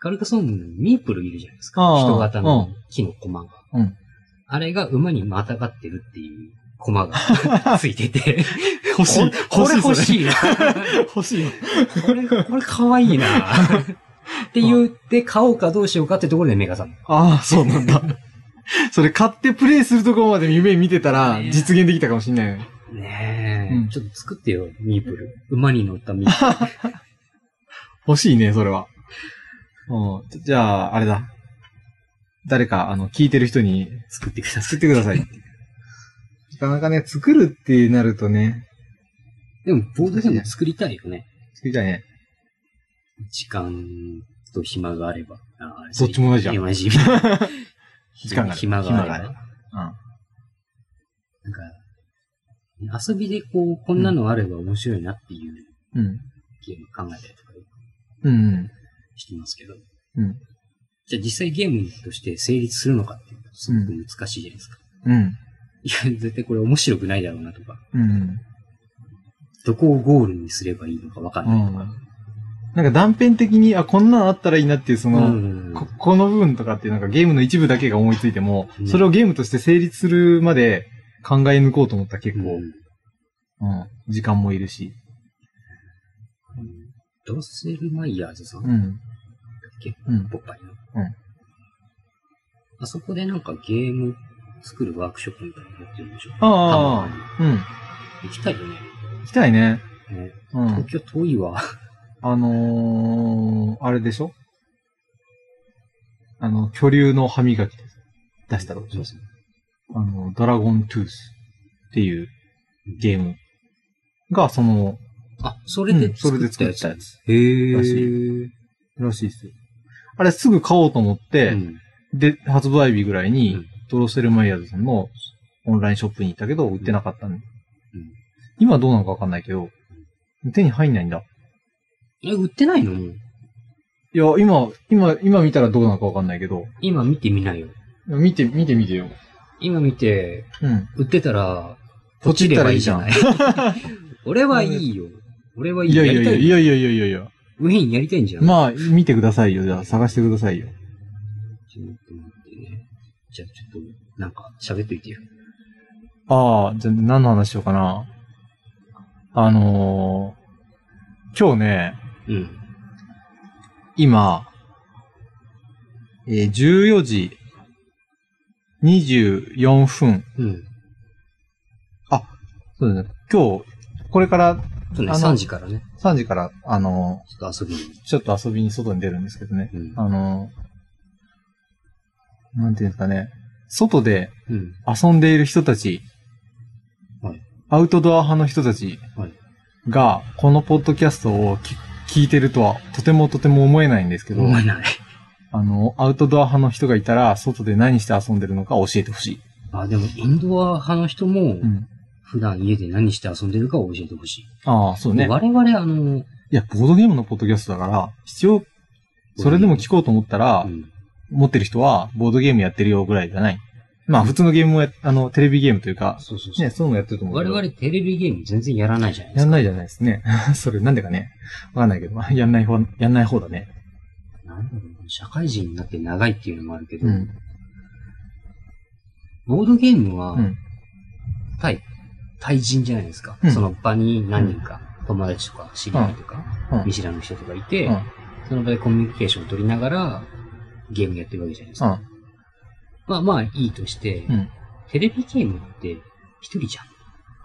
Speaker 2: カルカソンヌにミープルいるじゃないですか。
Speaker 3: あー
Speaker 2: 人型の木の駒が。
Speaker 3: うん
Speaker 2: あれが馬にまたがってるっていう駒 がついてて。欲
Speaker 3: しい
Speaker 2: これ
Speaker 3: 欲
Speaker 2: 欲
Speaker 3: し
Speaker 2: しいな。
Speaker 3: 欲しいの。
Speaker 2: これ、これ可愛いな。って言って、買おうかどうしようかってところで目が覚めた。
Speaker 3: ああ、そうなんだ。 それ買ってプレイするところまで夢見てたら
Speaker 2: ね
Speaker 3: 実現できたかもしんないよね。
Speaker 2: ねえ、
Speaker 3: うん
Speaker 2: ちょっと作ってよ、ミープル。馬に乗ったミープル。
Speaker 3: 欲しいね、それは。うんじゃじゃあ、あれだ。誰か、あの、聞いてる人に
Speaker 2: 作ってくださ
Speaker 3: 作っ
Speaker 2: い。
Speaker 3: てくださいっていう。なかなかね、作るってなるとね、
Speaker 2: でも、ボードゲーム作りたいよね。
Speaker 3: 作りたいね。
Speaker 2: 時間と暇があれば。あ
Speaker 3: どっちもないじゃん
Speaker 2: 同じ。時間が
Speaker 3: 時
Speaker 2: 暇があれば。
Speaker 3: 間がある暇があれば
Speaker 2: なんか、遊びでこう、こんなのあれば面白いなっていう
Speaker 3: うん。
Speaker 2: ゲーム考えたりとか
Speaker 3: うん。
Speaker 2: してますけど。
Speaker 3: うん。
Speaker 2: じゃあ実際ゲームとして成立するのかっていうと、すごく難しいじゃないですか。
Speaker 3: うん。
Speaker 2: いや、絶対これ面白くないだろうなとか、
Speaker 3: うん。
Speaker 2: どこをゴールにすればいいのかわかんないとか。
Speaker 3: なんか断片的に、あ、こんなのあったらいいなっていう、その、
Speaker 2: ん
Speaker 3: こ、この部分とかっていうなんかゲームの一部だけが思いついても、
Speaker 2: うん
Speaker 3: それをゲームとして成立するまで考え抜こうと思ったら結構、
Speaker 2: うん
Speaker 3: うん時間もいるし。
Speaker 2: ドッセルマイヤーズさんだ
Speaker 3: う
Speaker 2: っ
Speaker 3: ん。
Speaker 2: け
Speaker 3: うん。
Speaker 2: ポッパイの。
Speaker 3: うん
Speaker 2: あそこでなんかゲーム作るワークショップみたいなのやってるんでしょ
Speaker 3: あ
Speaker 2: あ。
Speaker 3: うん。
Speaker 2: 行きたいよね。
Speaker 3: 行きたいね。
Speaker 2: ね
Speaker 3: うん
Speaker 2: 東。京遠いわ。
Speaker 3: あのー、あれでしょあの、巨竜の歯磨きです出したとこでしょあの、ドラゴントゥースっていうゲームが、その、
Speaker 2: あ、それ
Speaker 3: うん
Speaker 2: で
Speaker 3: そ
Speaker 2: 作
Speaker 3: れで
Speaker 2: った
Speaker 3: 作
Speaker 2: や
Speaker 3: っ
Speaker 2: つ。
Speaker 3: たやつ
Speaker 2: へー
Speaker 3: らしいらしいですよ。あれすぐ買おうと思って、
Speaker 2: うん
Speaker 3: で、発売日ぐらいに、
Speaker 2: うん
Speaker 3: ドロッセルマイヤーズさんのオンラインショップに行ったけど、売ってなかった、ね今どうなのかわかんないけど、手に入んないんだ。
Speaker 2: え、売ってないのもう。
Speaker 3: いや、今、今、今見たらどうなのかわかんないけど、
Speaker 2: 今見てみなよ。
Speaker 3: 見て、見てみてよ。
Speaker 2: 今見て、
Speaker 3: うん。
Speaker 2: 売ってたら、
Speaker 3: ポチったらいいじゃん
Speaker 2: ポチればいいじゃない。 俺はいいよ。俺はいい
Speaker 3: い
Speaker 2: よ。
Speaker 3: や
Speaker 2: や
Speaker 3: いや
Speaker 2: り
Speaker 3: い
Speaker 2: た
Speaker 3: や
Speaker 2: い
Speaker 3: い
Speaker 2: よ。
Speaker 3: やいやいやいやいや。
Speaker 2: ウィーンやりたいんじゃん。
Speaker 3: まあ、見てくださいよ。じゃあ、探してくださいよ。
Speaker 2: ちょっと待ってね。じゃあちょっと、なんか、喋っといてよ。
Speaker 3: ああ、じゃあ何の話しようかな。あのー、今日ね、
Speaker 2: うん。
Speaker 3: 今、えー14時24分。
Speaker 2: うん。
Speaker 3: そうですね。今日、これから
Speaker 2: そうね、
Speaker 3: あの
Speaker 2: 3時からね、
Speaker 3: 3時から、あの
Speaker 2: ちょっと遊びに。
Speaker 3: ー、ちょっと遊びに外に出るんですけどね。
Speaker 2: うん。
Speaker 3: あのー、なんていうんですかね。外で
Speaker 2: うん。
Speaker 3: 遊んでいる人たち、
Speaker 2: はい
Speaker 3: アウトドア派の人たち
Speaker 2: はい
Speaker 3: が、このポッドキャストをき聞いてるとは、とてもとても思えないんですけど、
Speaker 2: 思えない。
Speaker 3: あの、アウトドア派の人がいたら、外で何して遊んでるのか教えてほしい。
Speaker 2: あ、でも、インドア派の人も、
Speaker 3: うん。
Speaker 2: 普段家で何して遊んでるかを教えてほしい。
Speaker 3: ああ、そうね。
Speaker 2: 我々、あの、
Speaker 3: いや、ボードゲームのポッドキャストだから、必要、それでも聞こうと思ったら、
Speaker 2: うん。
Speaker 3: 持ってる人は、ボードゲームやってるよぐらいじゃない。まあ、普通のゲームもや、あの、テレビゲームというか、
Speaker 2: そうそうそう。
Speaker 3: ね、そういうのもやってると思う
Speaker 2: 我
Speaker 3: けど。
Speaker 2: 々テレビゲーム全然やらないじゃないで
Speaker 3: や
Speaker 2: す
Speaker 3: ん
Speaker 2: か。
Speaker 3: ないじゃないですね。 それ、なんでかね。わかんないけど、まあやんない方、やんない方だね。
Speaker 2: なんだろうな、社会人になって長いっていうのもあるけど、
Speaker 3: うん。
Speaker 2: ボードゲームは
Speaker 3: うん、
Speaker 2: 対、対人じゃないですか。
Speaker 3: うん
Speaker 2: その場に何人か、友達とか知り合いとか、
Speaker 3: うん
Speaker 2: 見知らぬ人とかいて、
Speaker 3: うん
Speaker 2: その場でコミュニケーションを取りながら、ゲームやってるわけじゃないです
Speaker 3: う
Speaker 2: か。
Speaker 3: ん。
Speaker 2: まあまあいいとして、
Speaker 3: うん
Speaker 2: テレビゲームって一人じゃん。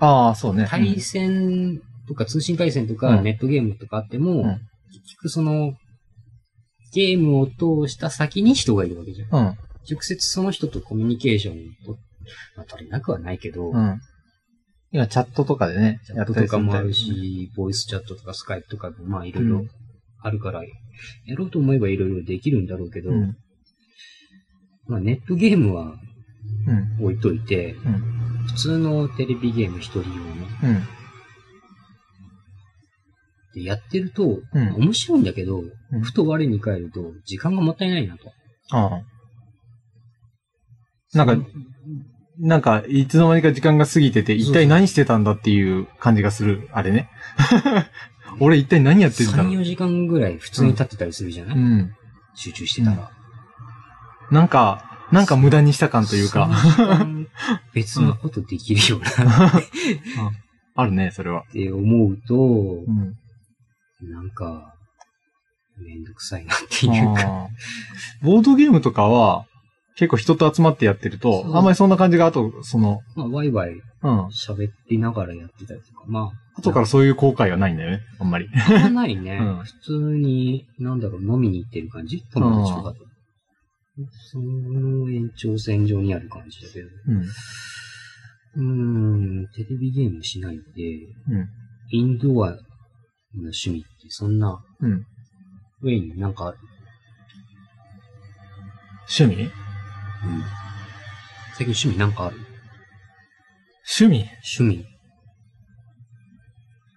Speaker 3: ああ、そうね。
Speaker 2: 対戦とか通信回線とか
Speaker 3: うん
Speaker 2: ネットゲームとかあっても、
Speaker 3: ん
Speaker 2: 結局その、ゲームを通した先に人がいるわけじゃん。
Speaker 3: うん。うん。
Speaker 2: 直接その人とコミュニケーションを、まあ、取れなくはないけど、
Speaker 3: うん。今、チャットとかでね、
Speaker 2: チャット
Speaker 3: や
Speaker 2: と
Speaker 3: った
Speaker 2: か
Speaker 3: りすん
Speaker 2: も
Speaker 3: だ
Speaker 2: あ
Speaker 3: よ
Speaker 2: る。し、ボイスチャットとかスカイプとかもまあいろいうろ
Speaker 3: ん
Speaker 2: あるから、やろうと思えばいろいろできるんだろうけど、
Speaker 3: うん。
Speaker 2: まあネットゲームは
Speaker 3: うん。
Speaker 2: 置いといて、
Speaker 3: うん。
Speaker 2: 普通のテレビゲーム一人用の、
Speaker 3: うん。
Speaker 2: でやってると、
Speaker 3: うん
Speaker 2: 面白いんだけど、
Speaker 3: ん
Speaker 2: ふと我に返ると、時間がもったいないなと。
Speaker 3: ああ。なんか、なんか、いつの間にか時間が過ぎてて、一体何してたんだっていう感じがする、あれね。 俺一体何やってんだろ
Speaker 2: 3、
Speaker 3: う。
Speaker 2: 4時間ぐらい普通に立ってたりするじゃない、
Speaker 3: うん。
Speaker 2: 集中してたら。
Speaker 3: なんか、なんか無駄にした感という
Speaker 2: そ
Speaker 3: か、
Speaker 2: の時間。別のことできるよなっ
Speaker 3: あるね、それは。
Speaker 2: て思うと
Speaker 3: う、ん。
Speaker 2: なんか、めんどくさいなっていうか。
Speaker 3: あーボードゲームとかは、結構人と集まってやってると
Speaker 2: そ、う
Speaker 3: あんまりそんな感じが、あと、その、
Speaker 2: まあ、ワイワイ
Speaker 3: うん。
Speaker 2: 喋ってながらやってたりとか。まあ、
Speaker 3: 後からそういう後悔はないんだよね、あんまり。
Speaker 2: あんまないね。
Speaker 3: うん
Speaker 2: 普通に、なんだろう、飲みに行ってる感じ友達とかと。その延長線上にある感じだけど。
Speaker 3: うん。
Speaker 2: うーん、テレビゲームしないで、
Speaker 3: うん
Speaker 2: インドアの趣味ってそんな、
Speaker 3: うん。
Speaker 2: ウェイになんかある、
Speaker 3: 趣味
Speaker 2: うん最近趣味なんかある
Speaker 3: 趣味
Speaker 2: 趣味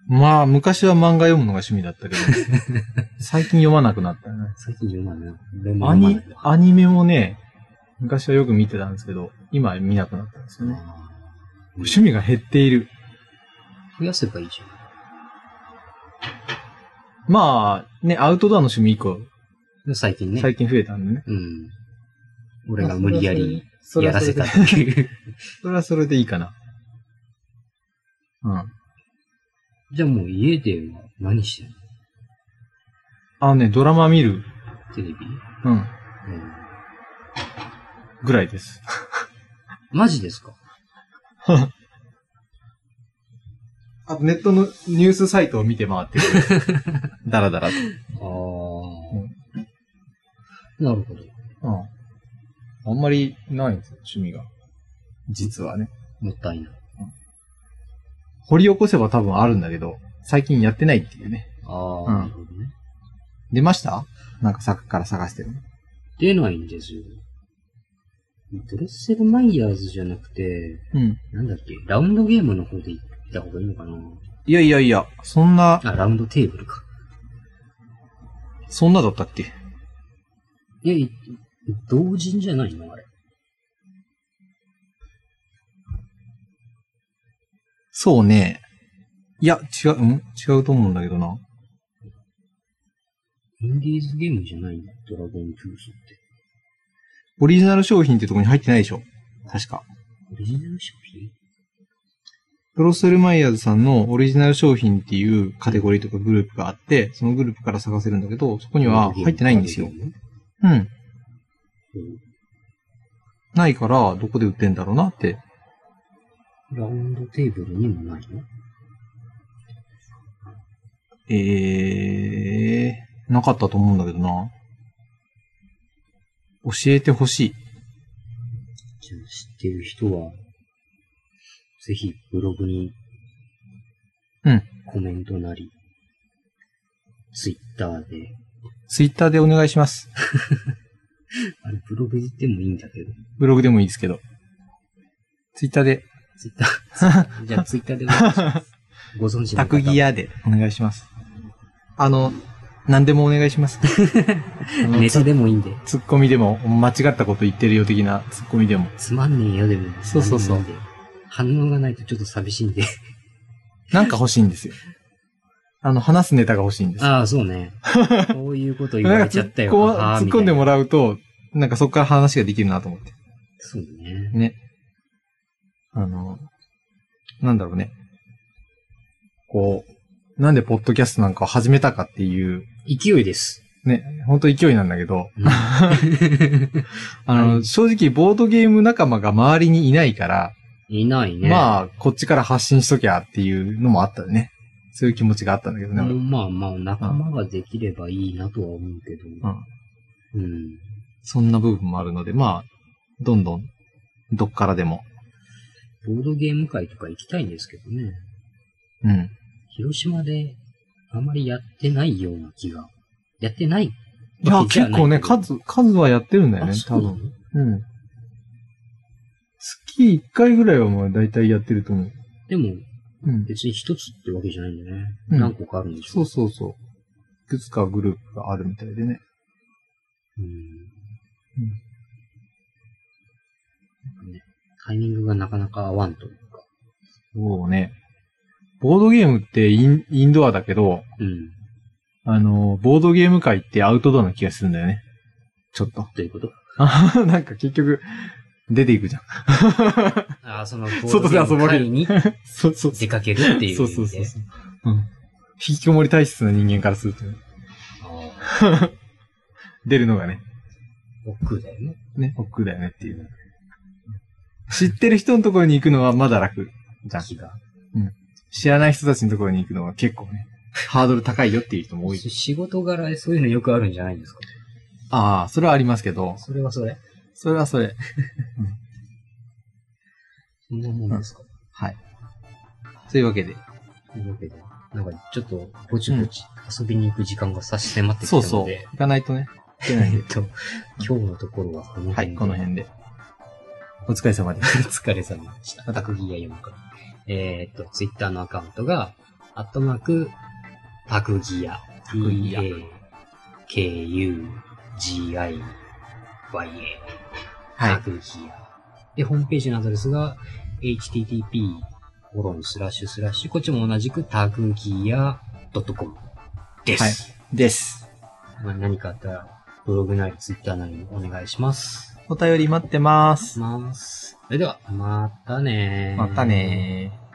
Speaker 3: まあ、昔は漫画読むのが趣味だった けど、最近読まなくなったよね。
Speaker 2: 最近読まないな。俺も
Speaker 3: ア
Speaker 2: 読ま
Speaker 3: ニ
Speaker 2: ない、わ。
Speaker 3: アニメもね、昔はよく見てたんですけど、今は見なくなったんですよね。
Speaker 2: うん
Speaker 3: 趣味が減っている。
Speaker 2: 増やせばいいじ
Speaker 3: まあ、ね、アウトドアの趣味以降、
Speaker 2: ゃん。最近ね。
Speaker 3: 最近増えたんでね。
Speaker 2: うん。俺が無理やり
Speaker 3: それ
Speaker 2: や
Speaker 3: は
Speaker 2: ら
Speaker 3: そ
Speaker 2: せ
Speaker 3: れで
Speaker 2: たっていう。
Speaker 3: それはそれでいいかな。うん。
Speaker 2: じゃあもう家では何してんの
Speaker 3: あのね、ドラマ見る。
Speaker 2: テレビ、
Speaker 3: うん。
Speaker 2: うん、
Speaker 3: ぐらいです。
Speaker 2: マジですか
Speaker 3: あと、ネットのニュースサイトを見て回ってる。 だらだらと。
Speaker 2: ああ、
Speaker 3: うん
Speaker 2: なるほど。
Speaker 3: うん。あんまりないんですよ、趣味が。実はね。
Speaker 2: もったいない。
Speaker 3: 掘り起こせば多分あるんだけど、最近やってないっていうね。
Speaker 2: ああ、
Speaker 3: うん
Speaker 2: なるほどね。
Speaker 3: 出ましたなんかさっきから探してる。
Speaker 2: 出ないんですよ。ドレッセルマイヤーズじゃなくて、
Speaker 3: うん。
Speaker 2: なんだっけ、ラウンドゲームの方で行った方がいいのかない
Speaker 3: やいやいや、そんな、
Speaker 2: あ、ラウンドテーブルか。
Speaker 3: そんなだったっけ
Speaker 2: いや、い同人じゃないのあれ。
Speaker 3: そうね。いや、違う、うん違うと思うんだけどな。
Speaker 2: インディーズゲームじゃないんだ、ドラゴンクルーズって。
Speaker 3: オリジナル商品ってとこに入ってないでしょ確か。
Speaker 2: オリジナル商品
Speaker 3: ドロッセルマイヤーズさんのオリジナル商品っていうカテゴリーとかグループがあって、そのグループから探せるんだけど、そこには入ってないんですよ
Speaker 2: ラウ。ンドゲーム
Speaker 3: うん。
Speaker 2: うん
Speaker 3: ないから、どこで売ってんだろうなって。
Speaker 2: ラウンドテーブルにもないの
Speaker 3: ええー、なかったと思うんだけどな。教えてほしい。
Speaker 2: じゃあ知ってる人は、ぜひブログに、
Speaker 3: うん。
Speaker 2: コメントなり、ツイッターで、
Speaker 3: ツイッターでお願いします。
Speaker 2: あれブログで言ってもいいんだけど、
Speaker 3: ブログでもいいですけど。ツイッターで、
Speaker 2: ツイッタ ー、じゃあツイッターでお願いします。ご存知の
Speaker 3: タ
Speaker 2: 方
Speaker 3: クギアでお願いします。あの、何でもお願い します。あの
Speaker 2: ネタでもいいんで、
Speaker 3: ツッコミでも、間違ったこと言ってるよ的なツッコミでも。
Speaker 2: つまんねえよでも、
Speaker 3: そうそうそう
Speaker 2: なんでもいいんで。反応がないとちょっと寂しいんで。
Speaker 3: なんか欲しいんですよ。あの、話すネタが欲しいんです。
Speaker 2: ああ、そう ね。こういうこと言わ
Speaker 3: なん
Speaker 2: れ
Speaker 3: か
Speaker 2: ちゃったよ。
Speaker 3: 突っ込
Speaker 2: ああ
Speaker 3: 突っ込んでも
Speaker 2: み
Speaker 3: らうと、なんかそこから話ができるなと思って。
Speaker 2: たいなそうね。
Speaker 3: ね。あの、なんだろうね。こう、なんでポッドキャストなんかを始めたかっていう、
Speaker 2: 勢いです。
Speaker 3: ね、ほんと勢いなんだけど、
Speaker 2: うん
Speaker 3: あの、
Speaker 2: はい
Speaker 3: 正直ボードゲーム仲間が周りにいないから、
Speaker 2: いないね。
Speaker 3: まあ、こっちから発信しときゃっていうのもあったね。そういう気持ちがあったんだけどね。
Speaker 2: も
Speaker 3: 俺
Speaker 2: うまあまあ、仲間ができればいいなとは思うけど。うん。
Speaker 3: そんな部分もあるので、まあ、どんどん、どっからでも。
Speaker 2: ボードゲーム会とか行きたいんですけどね。
Speaker 3: うん。
Speaker 2: 広島であまりやってないような気が。やってない
Speaker 3: いや、
Speaker 2: わけじゃ
Speaker 3: 結
Speaker 2: ない
Speaker 3: 構ね、数、数はやってるんだよ
Speaker 2: あ
Speaker 3: ね、
Speaker 2: そ
Speaker 3: 多
Speaker 2: うなの
Speaker 3: 分。うん。月1回ぐらいはもう大体やってると思う。
Speaker 2: でも、
Speaker 3: うん。
Speaker 2: 別に一つってわけじゃないんだね。
Speaker 3: うん
Speaker 2: 何個かあるんでし
Speaker 3: そ
Speaker 2: ょ
Speaker 3: うそうそう。いくつかグループがあるみたいでね。
Speaker 2: うん。なんかねタイミングがなかなか合わんというか。
Speaker 3: そうね。ボードゲームってインインドアだけど、
Speaker 2: うん。
Speaker 3: あの、ボードゲーム界ってアウトドアな気がするんだよね。ちょっと。
Speaker 2: ということ
Speaker 3: あなんか結局、出ていくじゃん。
Speaker 2: ああ、その、ボード
Speaker 3: 外で
Speaker 2: ゲ
Speaker 3: 遊
Speaker 2: ーム
Speaker 3: ばれる
Speaker 2: 会に
Speaker 3: そうそう
Speaker 2: 出かけるっていう意味で。
Speaker 3: そうそうそうそう。うん。引きこもり体質の人間からするとね、
Speaker 2: ああ
Speaker 3: 出るのがね、
Speaker 2: 億劫だよね。
Speaker 3: ね、億劫だよねっていう。知ってる人のところに行くのはまだ楽じゃん。
Speaker 2: 気が。
Speaker 3: 知らない人たちのところに行くのは結構ね、ハードル高いよっていう人も多い。
Speaker 2: 仕事柄そういうのよくあるんじゃないんですか
Speaker 3: ああ、それはありますけど、
Speaker 2: それはそれ。
Speaker 3: それはそれ。
Speaker 2: そんなもんですか、
Speaker 3: はい。そういうわけで。
Speaker 2: というわけで。なんか、ちょっと、ぼちぼち遊びに行く時間が差し迫ってきた
Speaker 3: そ
Speaker 2: の
Speaker 3: う
Speaker 2: で、
Speaker 3: そう。行かないとね、いけないん
Speaker 2: え
Speaker 3: で
Speaker 2: っ。と、今日のところはこの
Speaker 3: は
Speaker 2: 辺
Speaker 3: い、
Speaker 2: で。
Speaker 3: この辺で。お疲れ様です。
Speaker 2: お疲れ様でした。タクギア4から。えーっと、ツイッターのアカウントが、アットマーク、タクギア。
Speaker 3: クギア
Speaker 2: E A K U G I Y A。
Speaker 3: は
Speaker 2: タ
Speaker 3: い。
Speaker 2: グヒア。で、ホームページのアドレスが、http, コロンスラッシュスラッシュ、こっちも同じくタグギア .com です。
Speaker 3: です。
Speaker 2: まあ、何かあったら、ブログなりツイッターなりにお願いします。
Speaker 3: お便り待ってます。
Speaker 2: ます。それでは、またねー
Speaker 3: またねー。